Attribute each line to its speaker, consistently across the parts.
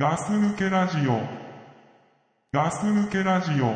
Speaker 1: ガス抜けラジオ。ガス抜けラジオ。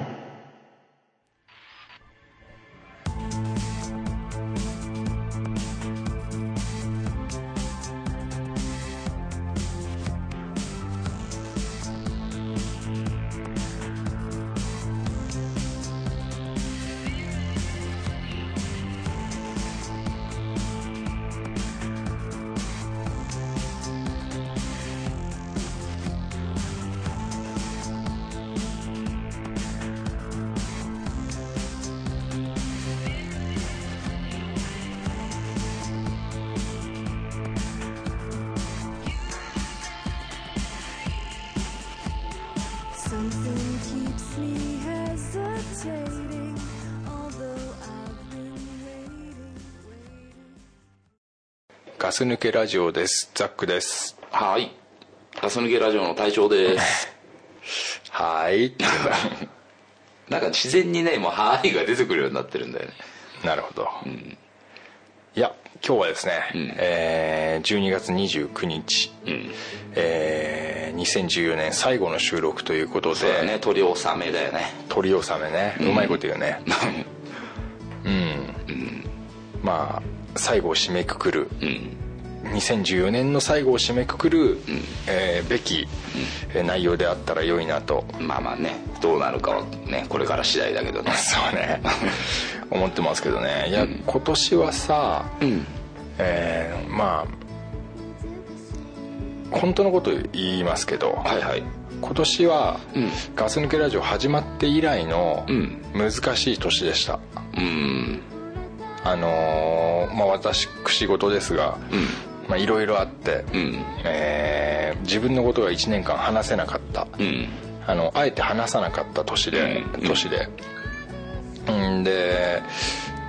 Speaker 2: Something keeps me hesitating, although I've been waiting.
Speaker 3: ガス抜けラジオです。ザックです。
Speaker 4: はい。ガス抜けラジオの隊長です。
Speaker 3: はーい。
Speaker 4: なんか自然にね、もう、はーいが出てくるようになってるんだよね。
Speaker 3: なるほど。いや、今日はですね、えー12月29日、えー2014年最後の収録ということ
Speaker 4: そうだ
Speaker 3: で、
Speaker 4: ね、取り納めだよね。
Speaker 3: 取り納めね、うまいこと言うね。うん。まあ、最後を締めくくる、
Speaker 4: うん。
Speaker 3: 2014年の最後を締めくくる、えーべき、えー内容であったら良いなと
Speaker 4: まあまあね、どうなるかはね、これから次第だけ どね。
Speaker 3: そうね思ってますけどねいや、今年はさ、
Speaker 4: ん
Speaker 3: えーまあ本当のこと言いますけど、
Speaker 4: はいはい。
Speaker 3: 今年は、
Speaker 4: ん
Speaker 3: ガス抜けラジオ始まって以来の
Speaker 4: うん
Speaker 3: 難しい年でした、
Speaker 4: うん。
Speaker 3: あのーまあ私仕事ですが、まあいろいろあって、
Speaker 4: うん。
Speaker 3: えー自分のことが1年間話せなかった、
Speaker 4: うん。
Speaker 3: あのあえて話さなかった年で、
Speaker 4: うん
Speaker 3: 年で、うん、で、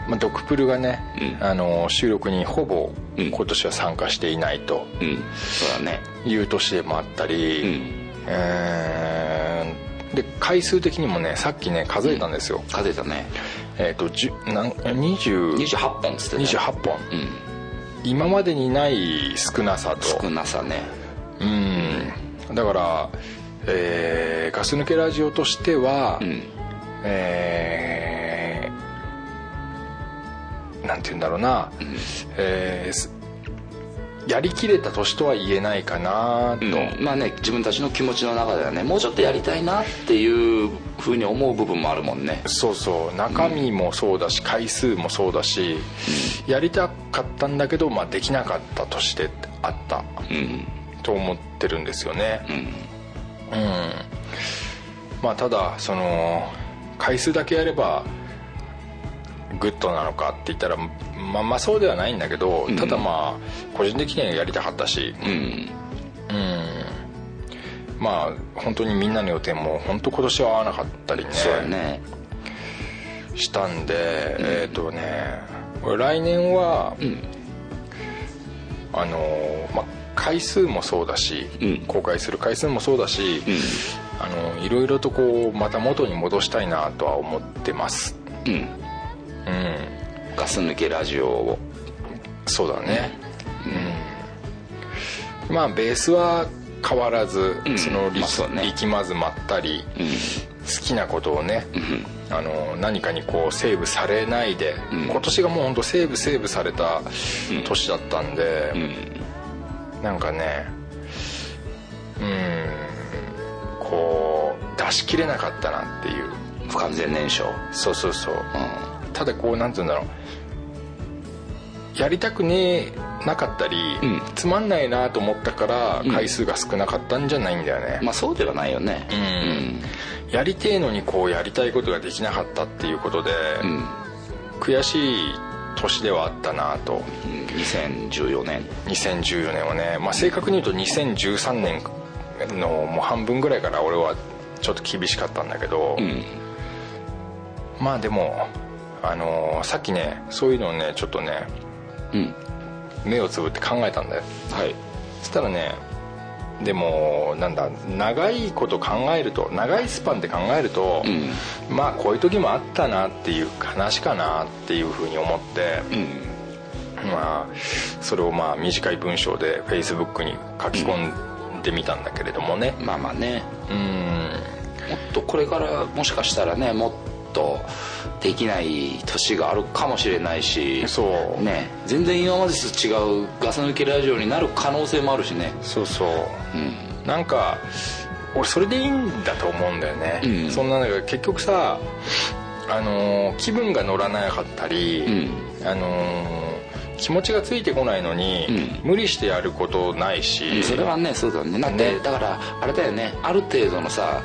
Speaker 3: まあ、ドクプルがね、
Speaker 4: うん
Speaker 3: あの収録にほぼ
Speaker 4: うん
Speaker 3: 今年は参加していないと
Speaker 4: うん。そうだね。
Speaker 3: いう年でもあったり、
Speaker 4: うん。
Speaker 3: えーで回数的にもねさっきね数えたんですよ、
Speaker 4: 数えたね。
Speaker 3: えっ、とじゅなん20
Speaker 4: 28本っつってた、ね。
Speaker 3: 28本
Speaker 4: うん。
Speaker 3: 今までにない少なさと
Speaker 4: 少なさね。
Speaker 3: うんだから、えーガス抜けラジオとしては、
Speaker 4: うん。
Speaker 3: えーなんて言うんだろうな、えーすやりきれた年とは言えないかなと、
Speaker 4: うん、まあね自分たちの気持ちの中ではねもうちょっとやりたいなっていうふうに思う部分もあるもんね
Speaker 3: そうそう中身もそうだし、回数もそうだし、やりたかったんだけど、まあ、できなかった年であった
Speaker 4: うん
Speaker 3: と思ってるんですよね
Speaker 4: うん
Speaker 3: うん、まあただその回数だけやればグッドなのかって言ったらまあまあそうではないんだけど、
Speaker 4: ん
Speaker 3: ただまあ個人的にはやりたかったし
Speaker 4: うん
Speaker 3: まあ本当にみんなの予定も本当今年は合わなかったりね
Speaker 4: そうだね
Speaker 3: したんで、えっ、とね俺来年は、
Speaker 4: ん
Speaker 3: あのーまあ回数もそうだし、
Speaker 4: うん
Speaker 3: 公開する回数もそうだし、あのいろいろとこうまた元に戻したいなとは思ってます
Speaker 4: うん
Speaker 3: うん
Speaker 4: ガス抜けラジオを
Speaker 3: そうだねうんまあベースは変わらず、
Speaker 4: うん
Speaker 3: その力,、
Speaker 4: まあそうね
Speaker 3: 力まずまったり、
Speaker 4: うん
Speaker 3: 好きなことをね、あの何かにこうセーブされないで、
Speaker 4: ん
Speaker 3: 今年がもう本当セーブセーブされた年だったんで、
Speaker 4: うん
Speaker 3: なんかねうんこう出し切れなかったなっていう
Speaker 4: 不完全燃焼
Speaker 3: そうそうそう
Speaker 4: う
Speaker 3: ただこうなんて言うんだろうやりたくねえなかったり、
Speaker 4: うん
Speaker 3: つまんないなと思ったから
Speaker 4: ん
Speaker 3: 回数が少なかったんじゃないんだよね、
Speaker 4: んまあそうではないよね
Speaker 3: やりてえのにこうやりたいことができなかったっていうことで、
Speaker 4: うん、うん
Speaker 3: 悔しい年ではあったなと
Speaker 4: 2014年
Speaker 3: 2014年はね、まあ、正確に言うと2013年のもう半分ぐらいから俺はちょっと厳しかったんだけど、
Speaker 4: うん
Speaker 3: まあでも、あのーさっきねそういうのをねちょっとね
Speaker 4: うん
Speaker 3: 目をつぶって考えたんだよ
Speaker 4: はい
Speaker 3: そしたらねでもなんだ長いこと考えると長いスパンで考えると、
Speaker 4: うん
Speaker 3: まあこういう時もあったなっていう話かなっていうふうに思って、
Speaker 4: うん
Speaker 3: まあ、それをまあ短い文章で Facebook に書き込んで、ってみたんだけれどもね
Speaker 4: まあまあね
Speaker 3: うん
Speaker 4: もっとこれからもしかしたらねもっとできない年があるかもしれないし
Speaker 3: そう
Speaker 4: ね全然今までと違うガス抜けラジオになる可能性もあるしね
Speaker 3: そうそう
Speaker 4: うん
Speaker 3: なんか俺それでいいんだと思うんだよね、
Speaker 4: うん
Speaker 3: そんな中結局さあのー気分が乗らなかったり、あのー気持ちがついてこないのに、無理してやることないし、
Speaker 4: それはねそうだねだって
Speaker 3: ね
Speaker 4: だからあれだよねある程度のさ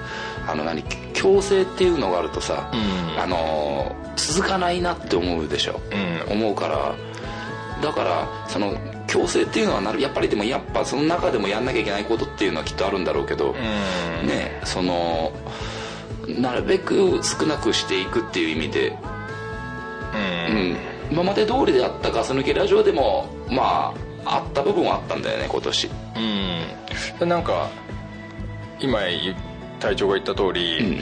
Speaker 4: あの何強制っていうのがあるとさ、
Speaker 3: うん
Speaker 4: あの続かないなって思うでしょ、
Speaker 3: う
Speaker 4: 思うからだからその強制っていうのはなるやっぱりでもやっぱその中でもやんなきゃいけないことっていうのはきっとあるんだろうけど、
Speaker 3: うん
Speaker 4: ねそのなるべく少なくしていくっていう意味で
Speaker 3: うん
Speaker 4: うん、今まで通りであったガス抜けラジオでもまああった部分はあったんだよね今年
Speaker 3: うんでなんか今言隊長が言った通り、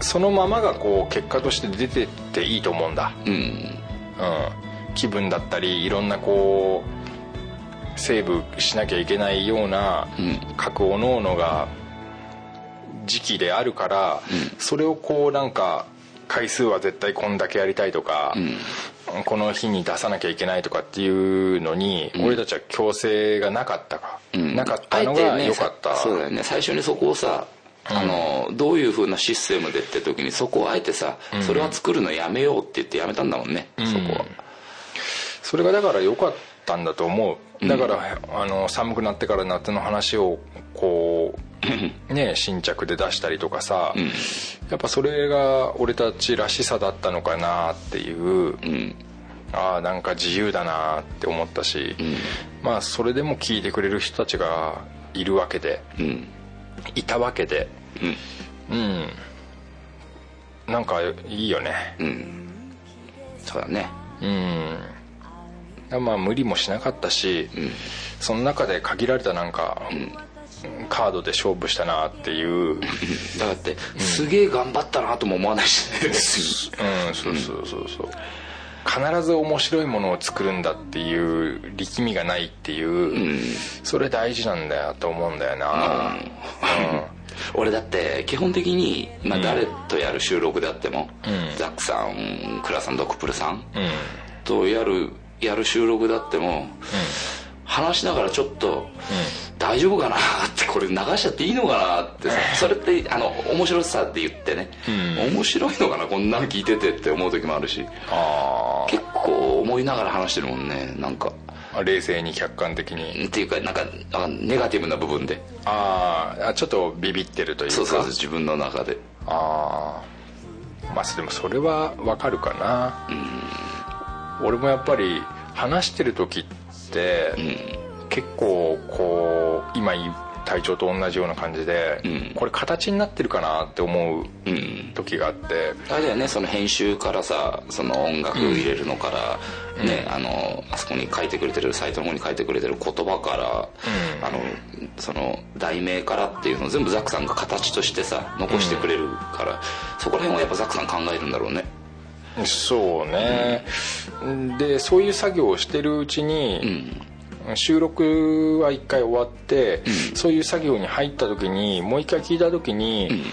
Speaker 3: そのままがこう結果として出てっていいと思うんだ、
Speaker 4: う
Speaker 3: う
Speaker 4: ん
Speaker 3: ん、気分だったりいろんなこうセーブしなきゃいけないような
Speaker 4: うん
Speaker 3: 各おののが時期であるから、それをこうなんか回数は絶対こんだけやりたいとか、この日に出さなきゃいけないとかっていうのに、俺たちは強制がなかったか、
Speaker 4: うん
Speaker 3: なかったのが良かった、
Speaker 4: あえてねさそうだよね最初にそこをさあのどういう風なシステムでって時にそこをあえてさ、それは作るのやめようって言ってやめたんだもんね、そこは
Speaker 3: それがだから良かったんだと思うだから、あの寒くなってから夏の話をこ うね新着で出したりとかさ、やっぱそれが俺たちらしさだったのかなっていう、
Speaker 4: うん
Speaker 3: ああなんか自由だなって思ったし、まあそれでも聞いてくれる人たちがいるわけで
Speaker 4: うん
Speaker 3: いたわけでうん、なんかいいよね
Speaker 4: そうだね
Speaker 3: うんまあ無理もしなかったし、その中で限られたなんか、カードで勝負したなっていう、うん、
Speaker 4: だからって、すげえ頑張ったなとも思わないし、
Speaker 3: そうそうそうそう必ず面白いものを作るんだっていう力みがないっていう、それ大事なんだよと思うんだよな、
Speaker 4: 俺だって基本的に、まあ、誰とやる収録であっても、ザックさんクラさんドクプルさん
Speaker 3: うん
Speaker 4: とやるやる収録だっても、話しながらちょっと、大丈夫かなってこれ流しちゃっていいのかなってさそれってあの面白さって言ってね、面白いのかなこんなの聞いててって思う時もあるし
Speaker 3: あ
Speaker 4: 結構思いながら話してるもんねなんか
Speaker 3: あ冷静に客観的に、
Speaker 4: っていうかなんかあネガティブな部分で
Speaker 3: あーあちょっとビビってるというか
Speaker 4: そうそうそう自分の中で
Speaker 3: ああまあでもそれはわかるかな、俺もやっぱり話してる時って、結構こう今体調と同じような感じで、
Speaker 4: うん
Speaker 3: これ形になってるかなって思う
Speaker 4: うん
Speaker 3: 時があって
Speaker 4: あれだよねその編集からさその音楽入れるのから、ねあのあそこに書いてくれてるサイトの方に書いてくれてる言葉から、あのその題名からっていうのを全部ザックさんが形としてさ残してくれるから、そこら辺はやっぱザックさん考えるんだろうね
Speaker 3: そうね、でそういう作業をしてるうちに、収録は一回終わって、そういう作業に入った時にもう一回聞いた時に、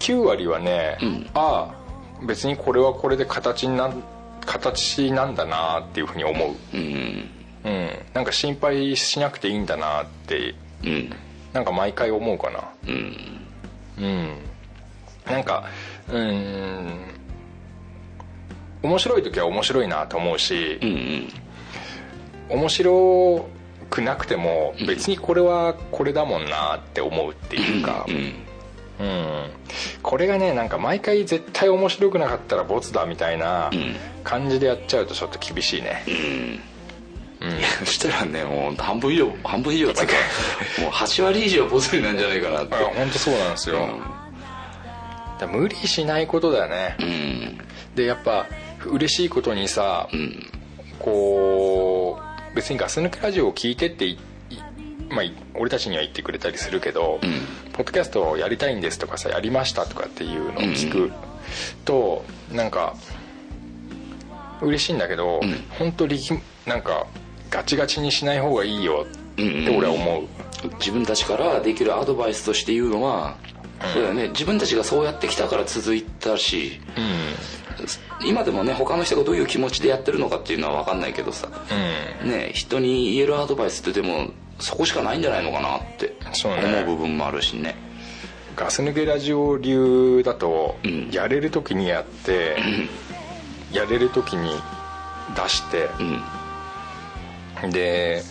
Speaker 3: 9割はね、ああ別にこれはこれで形になん形なんだなっていうふうに思う、
Speaker 4: うん
Speaker 3: うん、なんか心配しなくていいんだなって
Speaker 4: うん
Speaker 3: なんか毎回思うかな
Speaker 4: うん
Speaker 3: うん、なんかうーん面白い時は面白いなと思うし、
Speaker 4: うんうん
Speaker 3: 面白くなくても別にこれはこれだもんなって思うっていうか、
Speaker 4: うん
Speaker 3: うんこれがねなんか毎回絶対面白くなかったらボツだみたいな感じでやっちゃうとちょっと厳しいね、
Speaker 4: そしたらねもう半分以上半分以上っていう かもう8割以上ボツになるんじゃないかなって
Speaker 3: あ本当そうなんですよ、だから無理しないことだよね、
Speaker 4: うん
Speaker 3: でやっぱ嬉しいことにさ、
Speaker 4: ん
Speaker 3: こう別にガス抜けラジオを聞いてっていいまあ、い俺たちには言ってくれたりするけど、ポッドキャストをやりたいんですとかさやりましたとかっていうのを聞くと、なんか嬉しいんだけど、本当力なんかガチガチにしない方がいいよって俺は思う、
Speaker 4: 自分たちからできるアドバイスとして言うのは、そうだよね自分たちがそうやってきたから続いたし、今でもね他の人がどういう気持ちでやってるのかっていうのは分かんないけどさ、ね人に言えるアドバイスってでもそこしかないんじゃないのかなって
Speaker 3: そうね
Speaker 4: 思う部分もあるしね
Speaker 3: ガス抜けラジオ流だと、
Speaker 4: うん
Speaker 3: やれる時にやって、やれる時に出して、
Speaker 4: うん
Speaker 3: で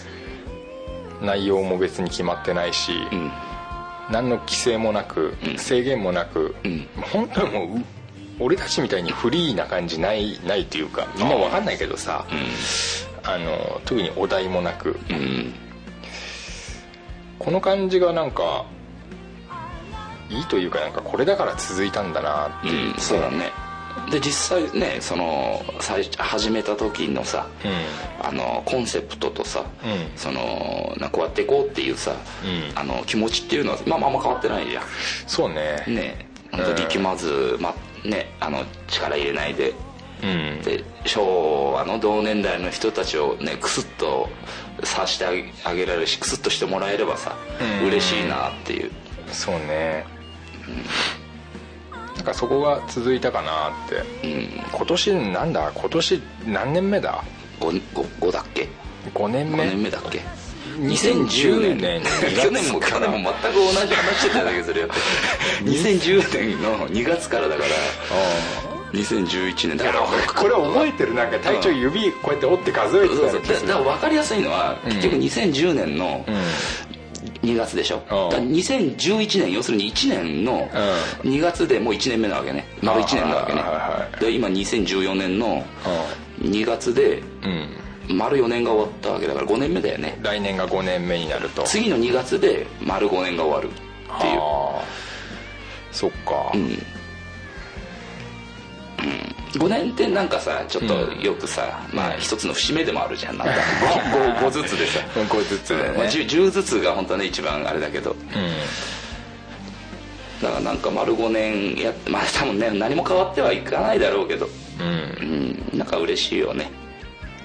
Speaker 3: 内容も別に決まってないし、
Speaker 4: うん
Speaker 3: 何の規制もなく、
Speaker 4: うん
Speaker 3: 制限もなく、
Speaker 4: うん
Speaker 3: 本当はもうう俺たちみたいにフリーな感じないないというか今わかんないけどさ、あの特にお題もなく
Speaker 4: うん
Speaker 3: この感じがなんかいいというかなんかこれだから続いたんだなっていう、
Speaker 4: うんそうだねで実際ねその最初始めた時のさ、あのコンセプトとさ、
Speaker 3: うん
Speaker 4: そのなんかこうやっていこうっていうさ、
Speaker 3: うん
Speaker 4: あの気持ちっていうのは、まあ、まああんま変わってないじゃ
Speaker 3: そうね
Speaker 4: んね本当力まず、まね、あの力入れないで
Speaker 3: うん
Speaker 4: で昭和の同年代の人たちをねクスッとさしてあげあげられるしクスッとしてもらえればさ、
Speaker 3: うん
Speaker 4: 嬉しいなっていう
Speaker 3: そうね、なんかそこが続いたかなって、今年なんだ今年何年目だ
Speaker 4: 5, 5だっけ
Speaker 3: 5年
Speaker 4: 5
Speaker 3: 目
Speaker 4: 年目だっけ
Speaker 3: 2010年
Speaker 4: 去年も去年も全く同じ話してたんだけどそれは2010年の2月からだから2011年だから
Speaker 3: これ覚えてるなんか隊長
Speaker 4: うん
Speaker 3: 指こうやって折って数えて
Speaker 4: そう
Speaker 3: た
Speaker 4: そ
Speaker 3: の
Speaker 4: うだだから分かりやすいのは、結局2010年の2月でしょ、
Speaker 3: うん
Speaker 4: だから2011年要するに1年の
Speaker 3: う
Speaker 4: 2月でもう1年目なわけねまだ1年なわけね
Speaker 3: あーはいは
Speaker 4: で今2014年の2月で
Speaker 3: うん
Speaker 4: 丸4年が終わったわけだから5年目だよね
Speaker 3: 来年が5年目になると
Speaker 4: 次の2月で丸5年が終わるっていう
Speaker 3: あーそっか、
Speaker 4: うん、5年ってなんかさちょっと
Speaker 3: うん
Speaker 4: よくさ、まあ一つの節目でもあるじゃんなん か 5, ずつでさ、
Speaker 3: うんこれずつだよ
Speaker 4: まあ、
Speaker 3: ね
Speaker 4: 10, 10ずつが本当はね一番あれだけどだからなんか丸5年やってまあ多分ね何も変わってはいかないだろうけど
Speaker 3: うん、うん、
Speaker 4: うんなんか嬉しいよね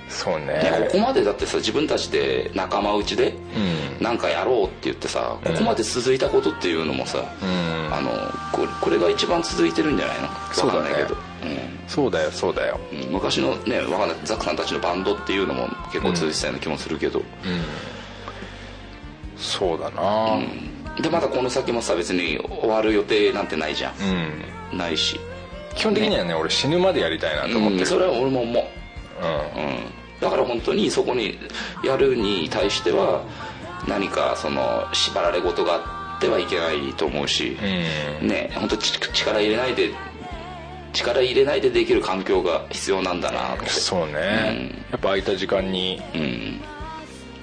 Speaker 3: そう
Speaker 4: ね
Speaker 3: ね
Speaker 4: ここまでだってさ自分たちで仲間内で
Speaker 3: うん
Speaker 4: なんかやろうって言ってさここまで続いたことっていうのもさ、
Speaker 3: うん
Speaker 4: あのこれこれが一番続いてるんじゃないの
Speaker 3: そうだね
Speaker 4: わかんないけど、うん
Speaker 3: そうだよそうだよ
Speaker 4: うん昔のねわかんないザックさんたちのバンドっていうのも結構通じたような気もするけど、
Speaker 3: そうだなうん、
Speaker 4: でまだこの先もさ別に終わる予定なんてないじゃん、ないし、
Speaker 3: 基本的にはね俺死ぬまでやりたいなと思って
Speaker 4: うん
Speaker 3: る
Speaker 4: それは俺も思う、
Speaker 3: う
Speaker 4: うん、だから本当にそこにやるに対しては何かその縛られ事があってはいけないと思うし、
Speaker 3: ん
Speaker 4: ね本当ち力入れないで力入れないでできる環境が必要なんだなって
Speaker 3: そうね、
Speaker 4: うん
Speaker 3: やっぱ空いた時間に
Speaker 4: うん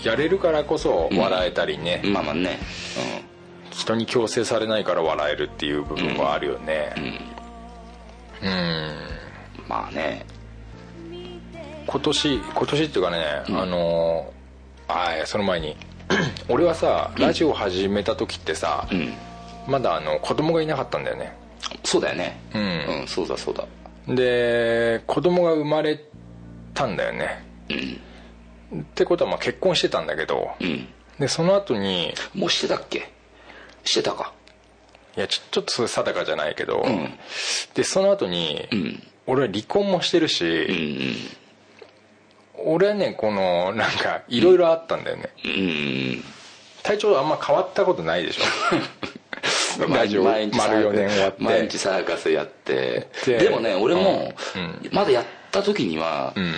Speaker 3: やれるからこそ笑えたりね、
Speaker 4: まあまあねうん
Speaker 3: 人に強制されないから笑えるっていう部分はあるよねうん、
Speaker 4: まあね
Speaker 3: 今年今年っていうかね、あのああその前に 俺はさラジオ始めた時ってさ、
Speaker 4: うん
Speaker 3: まだあの子供がいなかったんだよね
Speaker 4: そうだよね
Speaker 3: うん
Speaker 4: うん、そうだそうだ
Speaker 3: で子供が生まれたんだよね、ってことはまあ結婚してたんだけど、
Speaker 4: うん
Speaker 3: でその後に
Speaker 4: もうしてたっけしてたか
Speaker 3: いやちょちょっとそれ定かじゃないけど、
Speaker 4: ん
Speaker 3: でその後に、
Speaker 4: ん
Speaker 3: 俺は離婚もしてる
Speaker 4: うん
Speaker 3: し、俺はねこのなんかいろいろあったんだよね、
Speaker 4: うん
Speaker 3: 体調あんま変わったことないでしょラジオ丸
Speaker 4: 毎日サー
Speaker 3: 4年終わって
Speaker 4: 毎日サーカスやって
Speaker 3: で
Speaker 4: でもね俺も、まだやった時には、
Speaker 3: ん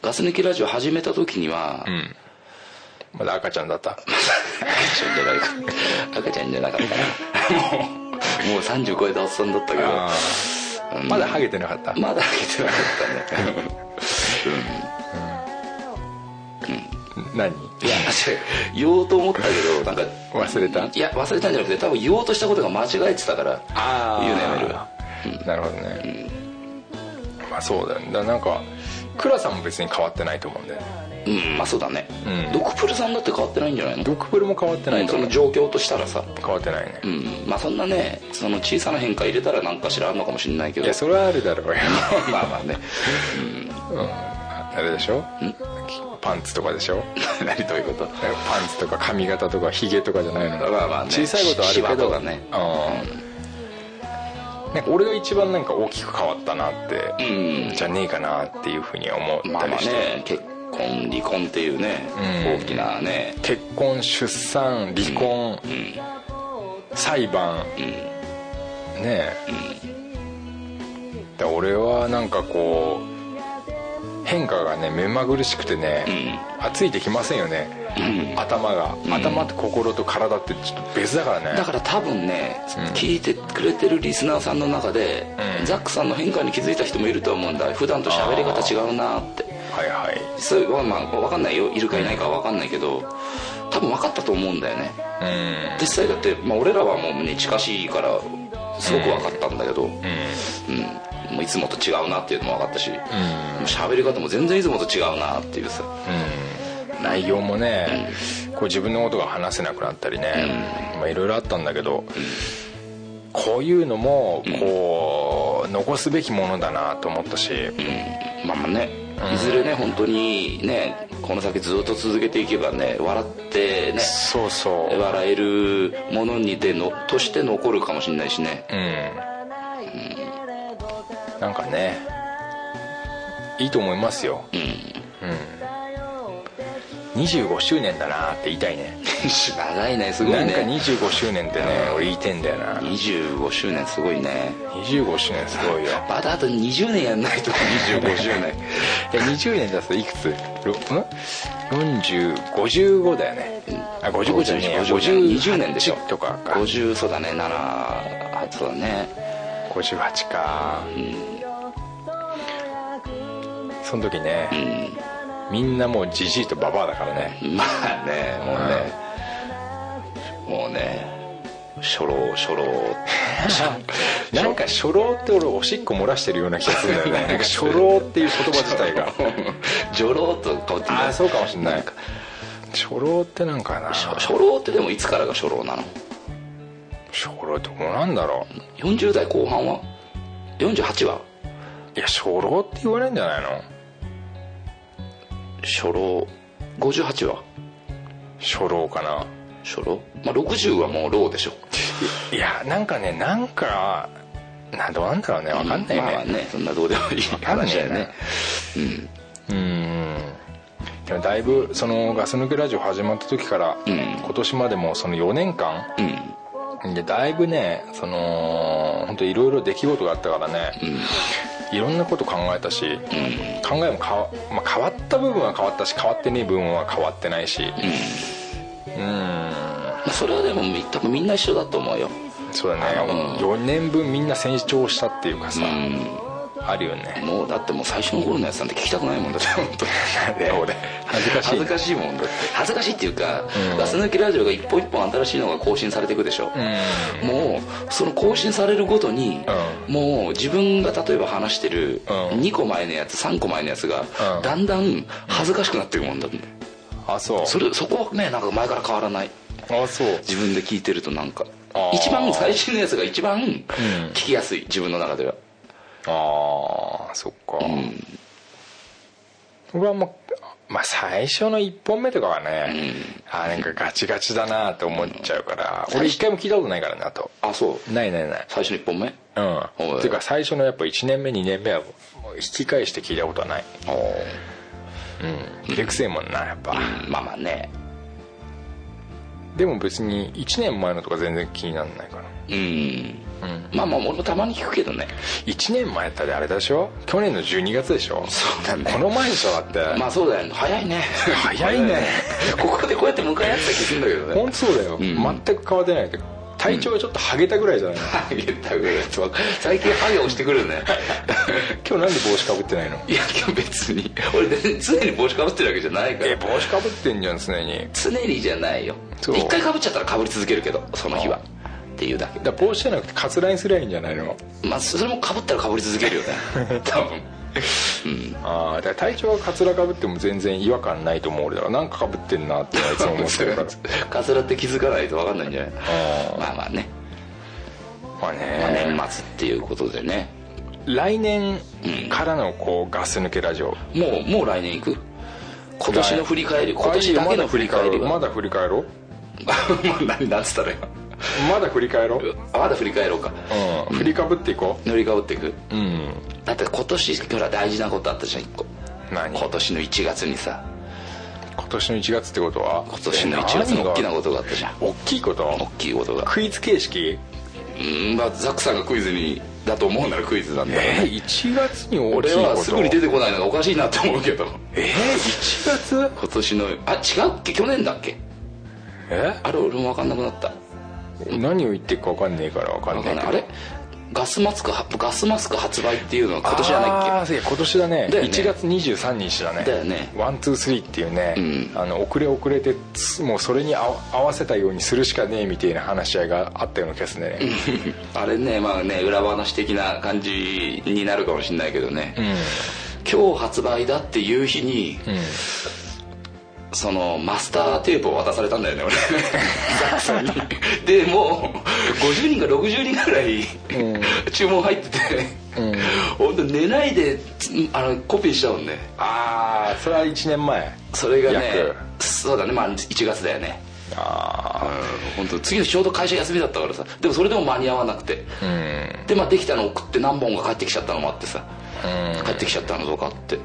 Speaker 4: ガス抜きラジオ始めた時には、
Speaker 3: んまだ赤ちゃんだ った
Speaker 4: 赤ちゃん じゃないか赤ちゃんじゃなかったなもうもう30超えたおっさんだったけど
Speaker 3: あーまだハゲてなかった、
Speaker 4: まだ開けてなかったね
Speaker 3: 何
Speaker 4: いや言おうと思ったけどなんか
Speaker 3: 忘れた
Speaker 4: いや忘れたんじゃなくて多分言おうとしたことが間違えてたから
Speaker 3: あ
Speaker 4: 言うのやめる
Speaker 3: なるほどね、まあそうだよねだからなんか倉さんも別に変わってないと思うんだよね
Speaker 4: うんまあそうだね、
Speaker 3: うん
Speaker 4: ドクプルさんだって変わってないんじゃないの
Speaker 3: ドクプルも変わってないと
Speaker 4: そ
Speaker 3: 思う
Speaker 4: の状況としたらさ
Speaker 3: 変わってないね
Speaker 4: うんまあそんなねその小さな変化入れたらなんか知らんのかもしれないけ
Speaker 3: い
Speaker 4: ど
Speaker 3: や それ はあるだろうよ
Speaker 4: まあまあね
Speaker 3: あれでしょきパンツとかでしょ
Speaker 4: 何どういうこと
Speaker 3: パンツとか髪型とかヒゲとかじゃないの
Speaker 4: まあまあね
Speaker 3: 小さいことはあるけ
Speaker 4: シワと
Speaker 3: ど
Speaker 4: かね
Speaker 3: うんなんか俺が一番なんか大きく変わったなって、
Speaker 4: うん
Speaker 3: じゃねえかなっていうふうに思
Speaker 4: ま
Speaker 3: っ
Speaker 4: あ
Speaker 3: たり
Speaker 4: まあ
Speaker 3: して、
Speaker 4: ね結婚離婚っていうね、
Speaker 3: うん
Speaker 4: 大きなね
Speaker 3: 結婚出産離婚、裁判ねえ、で俺はなんかこう変化がね目まぐるしくてね、ついてきませんよね、頭が、頭と心と体ってちょっと別だからね
Speaker 4: だから多分ね、聞いてくれてるリスナーさんの中で、
Speaker 3: うん
Speaker 4: ザックさんの変化に気づいた人もいると思うんだ普段と喋り方違うなって
Speaker 3: はいはい
Speaker 4: そういうまあ分かんないよいるかいないかは分かんないけど多分分かったと思うんだよね
Speaker 3: うん
Speaker 4: 実際だって、まあ、俺らはもうね近しいからすごく分かったんだけど、うんもういつもと違うなっていうのも分かったし喋、り方も全然いつもと違うなっていうさ
Speaker 3: 内容もね、こう自分のことが話せなくなったりね、まあいろいろあったんだけど、こういうのもこう、残すべきものだなと思ったし、
Speaker 4: まあまあねいずれね本当にねこの先ずっと続けていけばね笑ってね
Speaker 3: そうそううん
Speaker 4: 笑えるものにでのとして残るかもしれないしね
Speaker 3: なんかねいいと思いますよ
Speaker 4: うん
Speaker 3: 25周年だなって言いたいね
Speaker 4: 長いねすごい
Speaker 3: なんか
Speaker 4: ね
Speaker 3: 25周年ってね俺言いてんだよな
Speaker 4: 25周年すごいね
Speaker 3: 25周年すごいよ
Speaker 4: まだあと20年やんないと25周年
Speaker 3: え20年だといくつろん4055だよねあ55じゃねえ
Speaker 4: 50年でしょ
Speaker 3: 58とかか
Speaker 4: 50そうだね78そうだね
Speaker 3: 58かその時ねみんなもうじじいとババアだからね
Speaker 4: まあねもうねもうね初老初 老
Speaker 3: なんか初老って俺おしっこ漏らしてるような気がするんだよ ねなんか初老っていう言葉自体 が
Speaker 4: 女老と変わって
Speaker 3: ああそうかもしんない
Speaker 4: んか
Speaker 3: 初老ってなんかな
Speaker 4: 初
Speaker 3: 初
Speaker 4: 初老ってでもいつからが初老なの
Speaker 3: 老ってどうなんだろう
Speaker 4: 40代後半は48はい
Speaker 3: や初老って言われるんじゃないの
Speaker 4: 初老58は
Speaker 3: 初老かな
Speaker 4: 初老、まあ、60はもう老でしょ
Speaker 3: いやなんかねなんかなんどうなんだろうねわかんないね、
Speaker 4: まあねそんなどうでもいい
Speaker 3: わかんない
Speaker 4: 話
Speaker 3: ね
Speaker 4: だよね
Speaker 3: うんでもだいぶそのガス抜けラジオ始まった時から、今年までもその4年間
Speaker 4: うん
Speaker 3: でだいぶねその本当いろいろ出来事があったからね、いろんなこと考えたし、考えもかわ、まあ、変わった部分は変わったし変わってねえ部分は変わってないしうん
Speaker 4: まあそれはでも多分みんな一緒だと思うよ
Speaker 3: そうだね、
Speaker 4: うん
Speaker 3: 4年分みんな成長したっていうか
Speaker 4: う
Speaker 3: さ、
Speaker 4: ん
Speaker 3: あるよね
Speaker 4: もうだってもう最初の頃のやつなんて聞きたくないもんだって本当に
Speaker 3: 俺恥ずかしい
Speaker 4: 恥ずかしいもんだって恥ずかしいっていうか、ガス抜きラジオが一本一本新しいのが更新されていくでしょ、もうその更新されるごとに、もう自分が例えば話して
Speaker 3: うん
Speaker 4: る2個前のやつ3個前のやつが、
Speaker 3: うん
Speaker 4: だんだん恥ずかしくなっていくもんだって、
Speaker 3: あそう
Speaker 4: それそこはねなんか前から変わらない
Speaker 3: あそう
Speaker 4: 自分で聞いてるとなんか
Speaker 3: あー
Speaker 4: 一番最新のやつが一番聞きやすい、自分の中では
Speaker 3: ああそっか、僕はもうまあ最初の1本目とかはね、あーなんかガチガチだなと思っちゃうから、俺1回も聞いたことないからなと
Speaker 4: あそう
Speaker 3: ないないない
Speaker 4: 最初の1本目
Speaker 3: うん
Speaker 4: おい
Speaker 3: っていうか最初のやっぱ1年目2年目はもう引き返して聞いたことはないうん照れくせえもんなやっぱ、
Speaker 4: まあまあね
Speaker 3: でも別に1年前のとか全然気にならないから
Speaker 4: うん、まあまあ俺もたまに聞くけどね
Speaker 3: 1年前やったらあれでしょ去年の12月でしょ
Speaker 4: そうだね
Speaker 3: この前でしょだって
Speaker 4: まあそうだよね早いね
Speaker 3: 早いね
Speaker 4: ここでこうやって向かい合ってた気するんだけどね
Speaker 3: 本当そうだよ、
Speaker 4: ん
Speaker 3: 全く変わってないけど体調がちょっとハゲたぐらいじゃない、
Speaker 4: ハゲたぐらい最近ハゲ押してくるね
Speaker 3: 今日なんで帽子かぶってないの
Speaker 4: いや今日別に俺全然常に帽子かぶってるわけじゃないから
Speaker 3: え帽子かぶってんじゃん常に
Speaker 4: 常にじゃないよ
Speaker 3: そう
Speaker 4: 一回かぶっちゃったらかぶり続けるけどその日はっていうだけ
Speaker 3: だから帽子じゃなくてカツラにすりゃいいんじゃないの
Speaker 4: まあそれもかぶったらかぶり続けるよ ね多分
Speaker 3: ああだから体調がカツラかぶっても全然違和感ないと思う俺だからなんかかぶってんなってのはいつも思ってるから
Speaker 4: かつらって気づかないと分かんないんじゃない
Speaker 3: あ
Speaker 4: まあまあね、
Speaker 3: まあ
Speaker 4: まあ
Speaker 3: ね、
Speaker 4: 年末っていうことでね
Speaker 3: 来年からのこうガス抜けラジオ
Speaker 4: もうもう来年行く今年の振り返り今年だけの振り返り
Speaker 3: ま
Speaker 4: は
Speaker 3: だ振り返ろう
Speaker 4: 何何つったら今
Speaker 3: まだ振り返ろう、
Speaker 4: あまだ振り返ろうか
Speaker 3: うん、振りかぶっていこ
Speaker 4: 塗りかぶっていく
Speaker 3: ううん
Speaker 4: だって今年ほら大事なことあったじゃん1個
Speaker 3: 何
Speaker 4: 今年の1月にさ
Speaker 3: 今年の1月ってことは
Speaker 4: 今年の1月の大きなことがあったじゃん
Speaker 3: 大きいこと
Speaker 4: 大きいことが
Speaker 3: クイズ形式
Speaker 4: うんまあザックさんがクイズにだと思うならクイズなんだ
Speaker 3: え
Speaker 4: よね
Speaker 3: 1月に大きい
Speaker 4: 俺
Speaker 3: こと
Speaker 4: はすぐに出てこないのがおかしいなって思うけど
Speaker 3: え1月
Speaker 4: 今年のあ違うっけ去年だっけ
Speaker 3: え
Speaker 4: あれ俺も分かんなくなった
Speaker 3: 何を言ってるか分かんねえから分かんね
Speaker 4: 分か
Speaker 3: えけ
Speaker 4: んない
Speaker 3: ど
Speaker 4: あれガスマスクはガスマスク発売っていうのは今年じゃない
Speaker 3: あー
Speaker 4: っ
Speaker 3: そうや今年だね
Speaker 4: だよね
Speaker 3: 1月23日だね
Speaker 4: だよね
Speaker 3: ワンツースリーっていうね、
Speaker 4: うん
Speaker 3: あの遅れ遅れてつもうそれにあわ合わせたようにするしかねえみたいな話し合いがあったような気がするね、
Speaker 4: け あれねまあね裏話的な感じになるかもしれないけどね、今日発売だっていう日に、そのマスターテープを渡されたんだよね俺ザックさんに でもう50人か60人ぐらい、注文入ってて、ほん、本当寝ないでつあのコピーしたもんね
Speaker 3: ああそれは1年前
Speaker 4: それがね
Speaker 3: 約
Speaker 4: そうだねまあ1月だよね
Speaker 3: あ
Speaker 4: うん本当次の日ちょうど会社休みだったからさでもそれでも間に合わなくて、でまあできたの送って何本か帰ってきちゃったのもあってさ、帰ってきちゃったのとかあって
Speaker 3: あ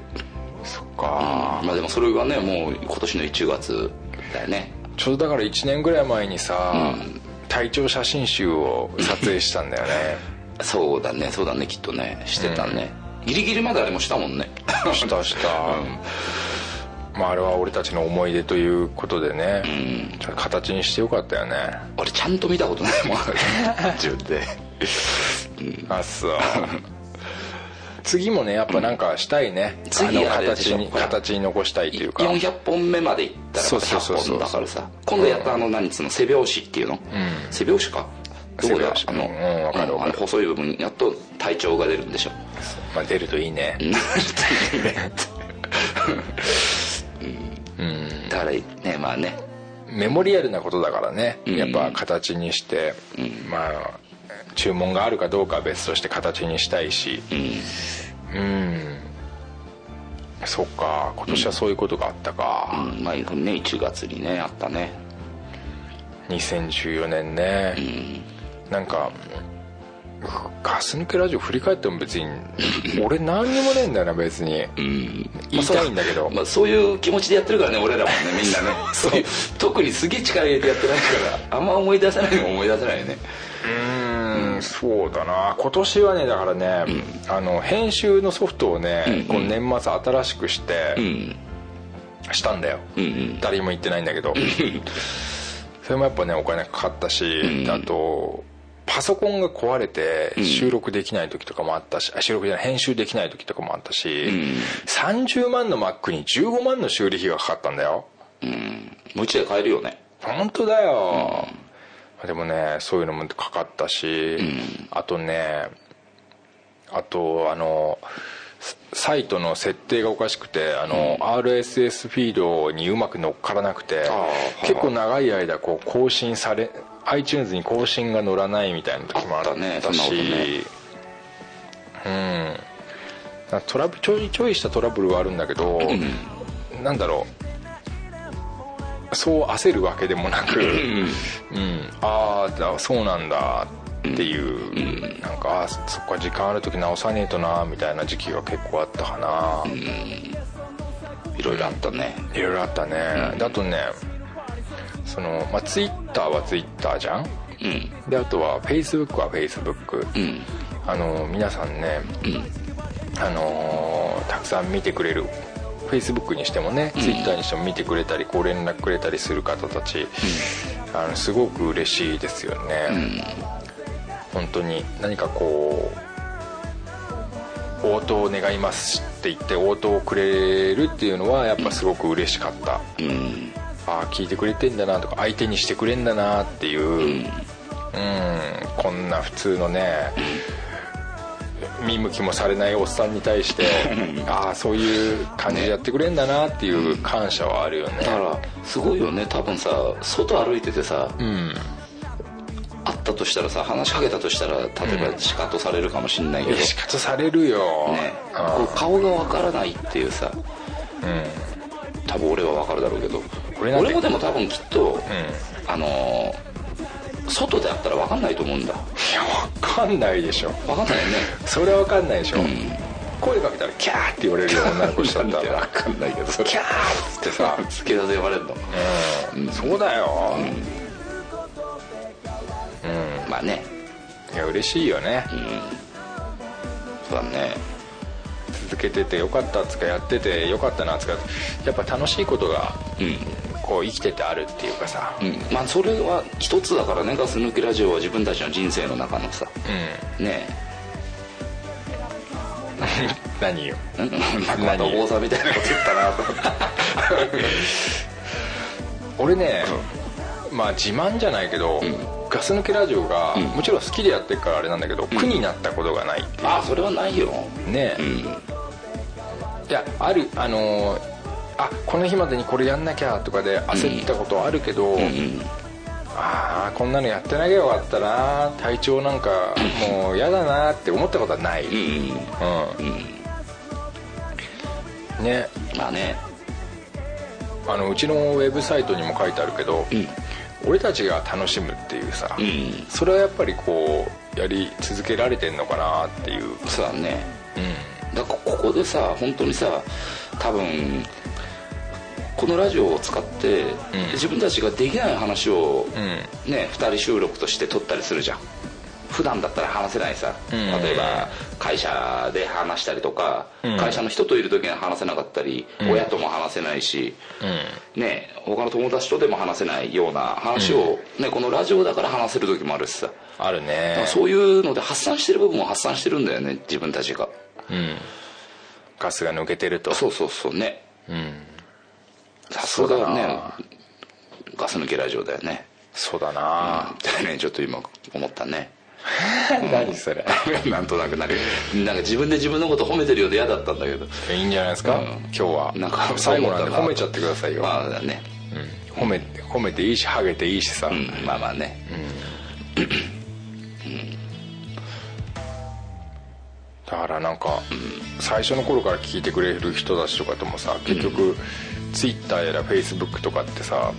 Speaker 3: そっか、
Speaker 4: まあでもそれがねもう今年の1月だよね
Speaker 3: ちょうどだから1年ぐらい前にさ、体調写真集を撮影したんだよ ね
Speaker 4: そうだねそうだねきっとねしてたね、ギリギリまであれもしたもんね
Speaker 3: したした、まあ、あれは俺たちの思い出ということでね、ちょっと形にしてよかったよね
Speaker 4: 俺ちゃんと見たことないもん自分で
Speaker 3: あそう 次もねやっぱなんかしたいね、
Speaker 4: 次
Speaker 3: あの
Speaker 4: あれで
Speaker 3: 形
Speaker 4: しょ
Speaker 3: に
Speaker 4: ほら
Speaker 3: 形に残したいというか
Speaker 4: 400本目までいったら
Speaker 3: そうそうそう
Speaker 4: 100
Speaker 3: そう
Speaker 4: 本だからさ今度やったあの何つうの背拍子っていうの、背拍子かどう
Speaker 3: 背
Speaker 4: だあ
Speaker 3: 拍子
Speaker 4: の,、
Speaker 3: うんわかるわかる
Speaker 4: あの細い部分にやっと体調が出るんでしょ
Speaker 3: まあ、出るといいね、
Speaker 4: だからねまあね
Speaker 3: メモリアルなことだからねやっぱ形にして、まあ注文があるかどうかは別として形にしたいしうんそっか今年はそういうことがあった
Speaker 4: う
Speaker 3: か、
Speaker 4: んまあね1月にねあったね
Speaker 3: 2014年ね、なんかガス抜けラジオ振り返っても別 に俺何にもねえんだよな別に、言いたいんだけど、
Speaker 4: まあ、そういう気持ちでやってるからね俺らもねみんなね そういう特にすげえ力入れてやってないからあんま思い出せないのも思い出せないよね
Speaker 3: うんそうだな今年はねだからね、あの編集のソフトをね、この年末新しくして、
Speaker 4: ん
Speaker 3: したんだよ、誰にも言ってないんだけどそれもやっぱねお金かかったし、あとパソコンが壊れて収録できない時とかもあったし、あ収録じゃない編集できない時とかもあったし、30万の Mac に15万の修理費がかかったんだよ
Speaker 4: もう一台買えるよね
Speaker 3: 本当だよ、でもねそういうのもかかったし、あとねあとあのササイトの設定がおかしくてあの、RSS フィードにうまく乗っからなくて
Speaker 4: ー
Speaker 3: 結構長い間こう更新され iTunes に更新が乗らないみたいな時もあったし
Speaker 4: あったねそんなことね
Speaker 3: うんトラブちょいちょいしたトラブルはあるんだけど、なんだろうそう焦るわけでもなく、うん、あーあそうなんだっていう、なんかあーそっか時間ある時直さねえとなみたいな時期が結構あったかな、い
Speaker 4: いろいろあったね
Speaker 3: ろいろあったね、であとねその、まあ、ツイッターはツイッターじゃん
Speaker 4: うん
Speaker 3: であとはフェイスブックはフェイスブック
Speaker 4: うん
Speaker 3: あの皆さんね、あのーたくさん見てくれる Facebook にしてもね Twitter にしても見てくれたりこう連絡くれたりする方たち、あのすごく嬉しいですよね、本当に何かこう応答を願いますって言って応答をくれるっていうのはやっぱすごく嬉しかった、
Speaker 4: うん
Speaker 3: ああ聞いてくれてんだなとか相手にしてくれんだなっていう、うん、こんな普通のね、見向きもされないおっさんに対してああそういう感じでやってくれんだなっていう感謝はあるよね
Speaker 4: だからすごいよね多分さ外歩いててさ、
Speaker 3: うん
Speaker 4: あったとしたらさ話しかけたとしたら例えばシカトされるかもしんないけど、
Speaker 3: 仕方されるよ、
Speaker 4: ね
Speaker 3: あ
Speaker 4: こう顔がわからないっていうさ、多分俺は分かるだろうけど
Speaker 3: 俺
Speaker 4: 俺
Speaker 3: なんて
Speaker 4: もでも多分きっと、あのー外であったら分かんないと思うんだ
Speaker 3: いや分かんないでしょ
Speaker 4: 分かんないよね
Speaker 3: それは分かんないでしょ、声かけたらキャーって言われるような女の子しちゃった ら
Speaker 4: 分かんないけどそれ
Speaker 3: キャーっつって さ、
Speaker 4: 警察呼ばれるの、
Speaker 3: うん、そうだよ、
Speaker 4: まあね
Speaker 3: いや嬉しいよね
Speaker 4: そうだね
Speaker 3: 続けててよかったっつうかやっててよかったなっつうかやっぱ楽しいことが
Speaker 4: う
Speaker 3: こう生きててあるっていうかさ
Speaker 4: ん、うん、まあそれは一つだからねガス抜きラジオは自分たちの人生の中のさ
Speaker 3: うん、
Speaker 4: ねえ
Speaker 3: 何よ
Speaker 4: なんかまた王さんみたいなこと言ったなと思って
Speaker 3: 俺ね、まあ自慢じゃないけど、ガス抜けラジオが、
Speaker 4: ん
Speaker 3: もちろん好きでやってるからあれなんだけど、苦になったことがないってい
Speaker 4: ああそれはないよ
Speaker 3: うね、
Speaker 4: う
Speaker 3: い
Speaker 4: ん
Speaker 3: やあるあのーあこの日までにこれやんなきゃとかで焦ったことはあるけど、
Speaker 4: うん
Speaker 3: ああこんなのやってなきゃよかったな体調 なんかもう嫌だなって思ったことはない、
Speaker 4: う
Speaker 3: うん
Speaker 4: ん
Speaker 3: ね
Speaker 4: まあね
Speaker 3: あのうちのウェブサイトにも書いてあるけど、
Speaker 4: うん
Speaker 3: 俺たちが楽しむっていうさ、
Speaker 4: うん
Speaker 3: それはやっぱりこうやり続けられてんのかなっていう、うん、
Speaker 4: そうだねだからここでさ本当にさ多分このラジオを使って、
Speaker 3: ん
Speaker 4: 自分たちができない話を、
Speaker 3: う
Speaker 4: ね2人収録として撮ったりするじゃん普段だったら話せないさ、
Speaker 3: ん
Speaker 4: 例えば会社で話したりとか、
Speaker 3: ん
Speaker 4: 会社の人といる時には話せなかったり、親とも話せないし、ね他の友達とでも話せないような話を、ね、このラジオだから話せる時もあるしさ、
Speaker 3: ある
Speaker 4: だか
Speaker 3: ね
Speaker 4: らそういうので発散してる部分を発散してるんだよね自分たちが
Speaker 3: ガスが抜けてると
Speaker 4: そうそうそうね
Speaker 3: うん
Speaker 4: さすがねガス抜けラジオだよね
Speaker 3: そうだな、
Speaker 4: だねちょっと今思ったね
Speaker 3: 何それ
Speaker 4: なん となくなんかなんか自分で自分のこと褒めてるようで嫌だったんだけど
Speaker 3: いいんじゃないですか、
Speaker 4: うん
Speaker 3: 今日は
Speaker 4: なんか
Speaker 3: 最後なんで
Speaker 4: そう思ったな
Speaker 3: 褒めちゃってくださいよ、
Speaker 4: まあだね
Speaker 3: 褒め褒めていいしハゲていいしさ、
Speaker 4: うんまあまあね
Speaker 3: だからなんか、最初の頃から聞いてくれる人たちとかともさ結局、Twitter やら Facebook とかってさ、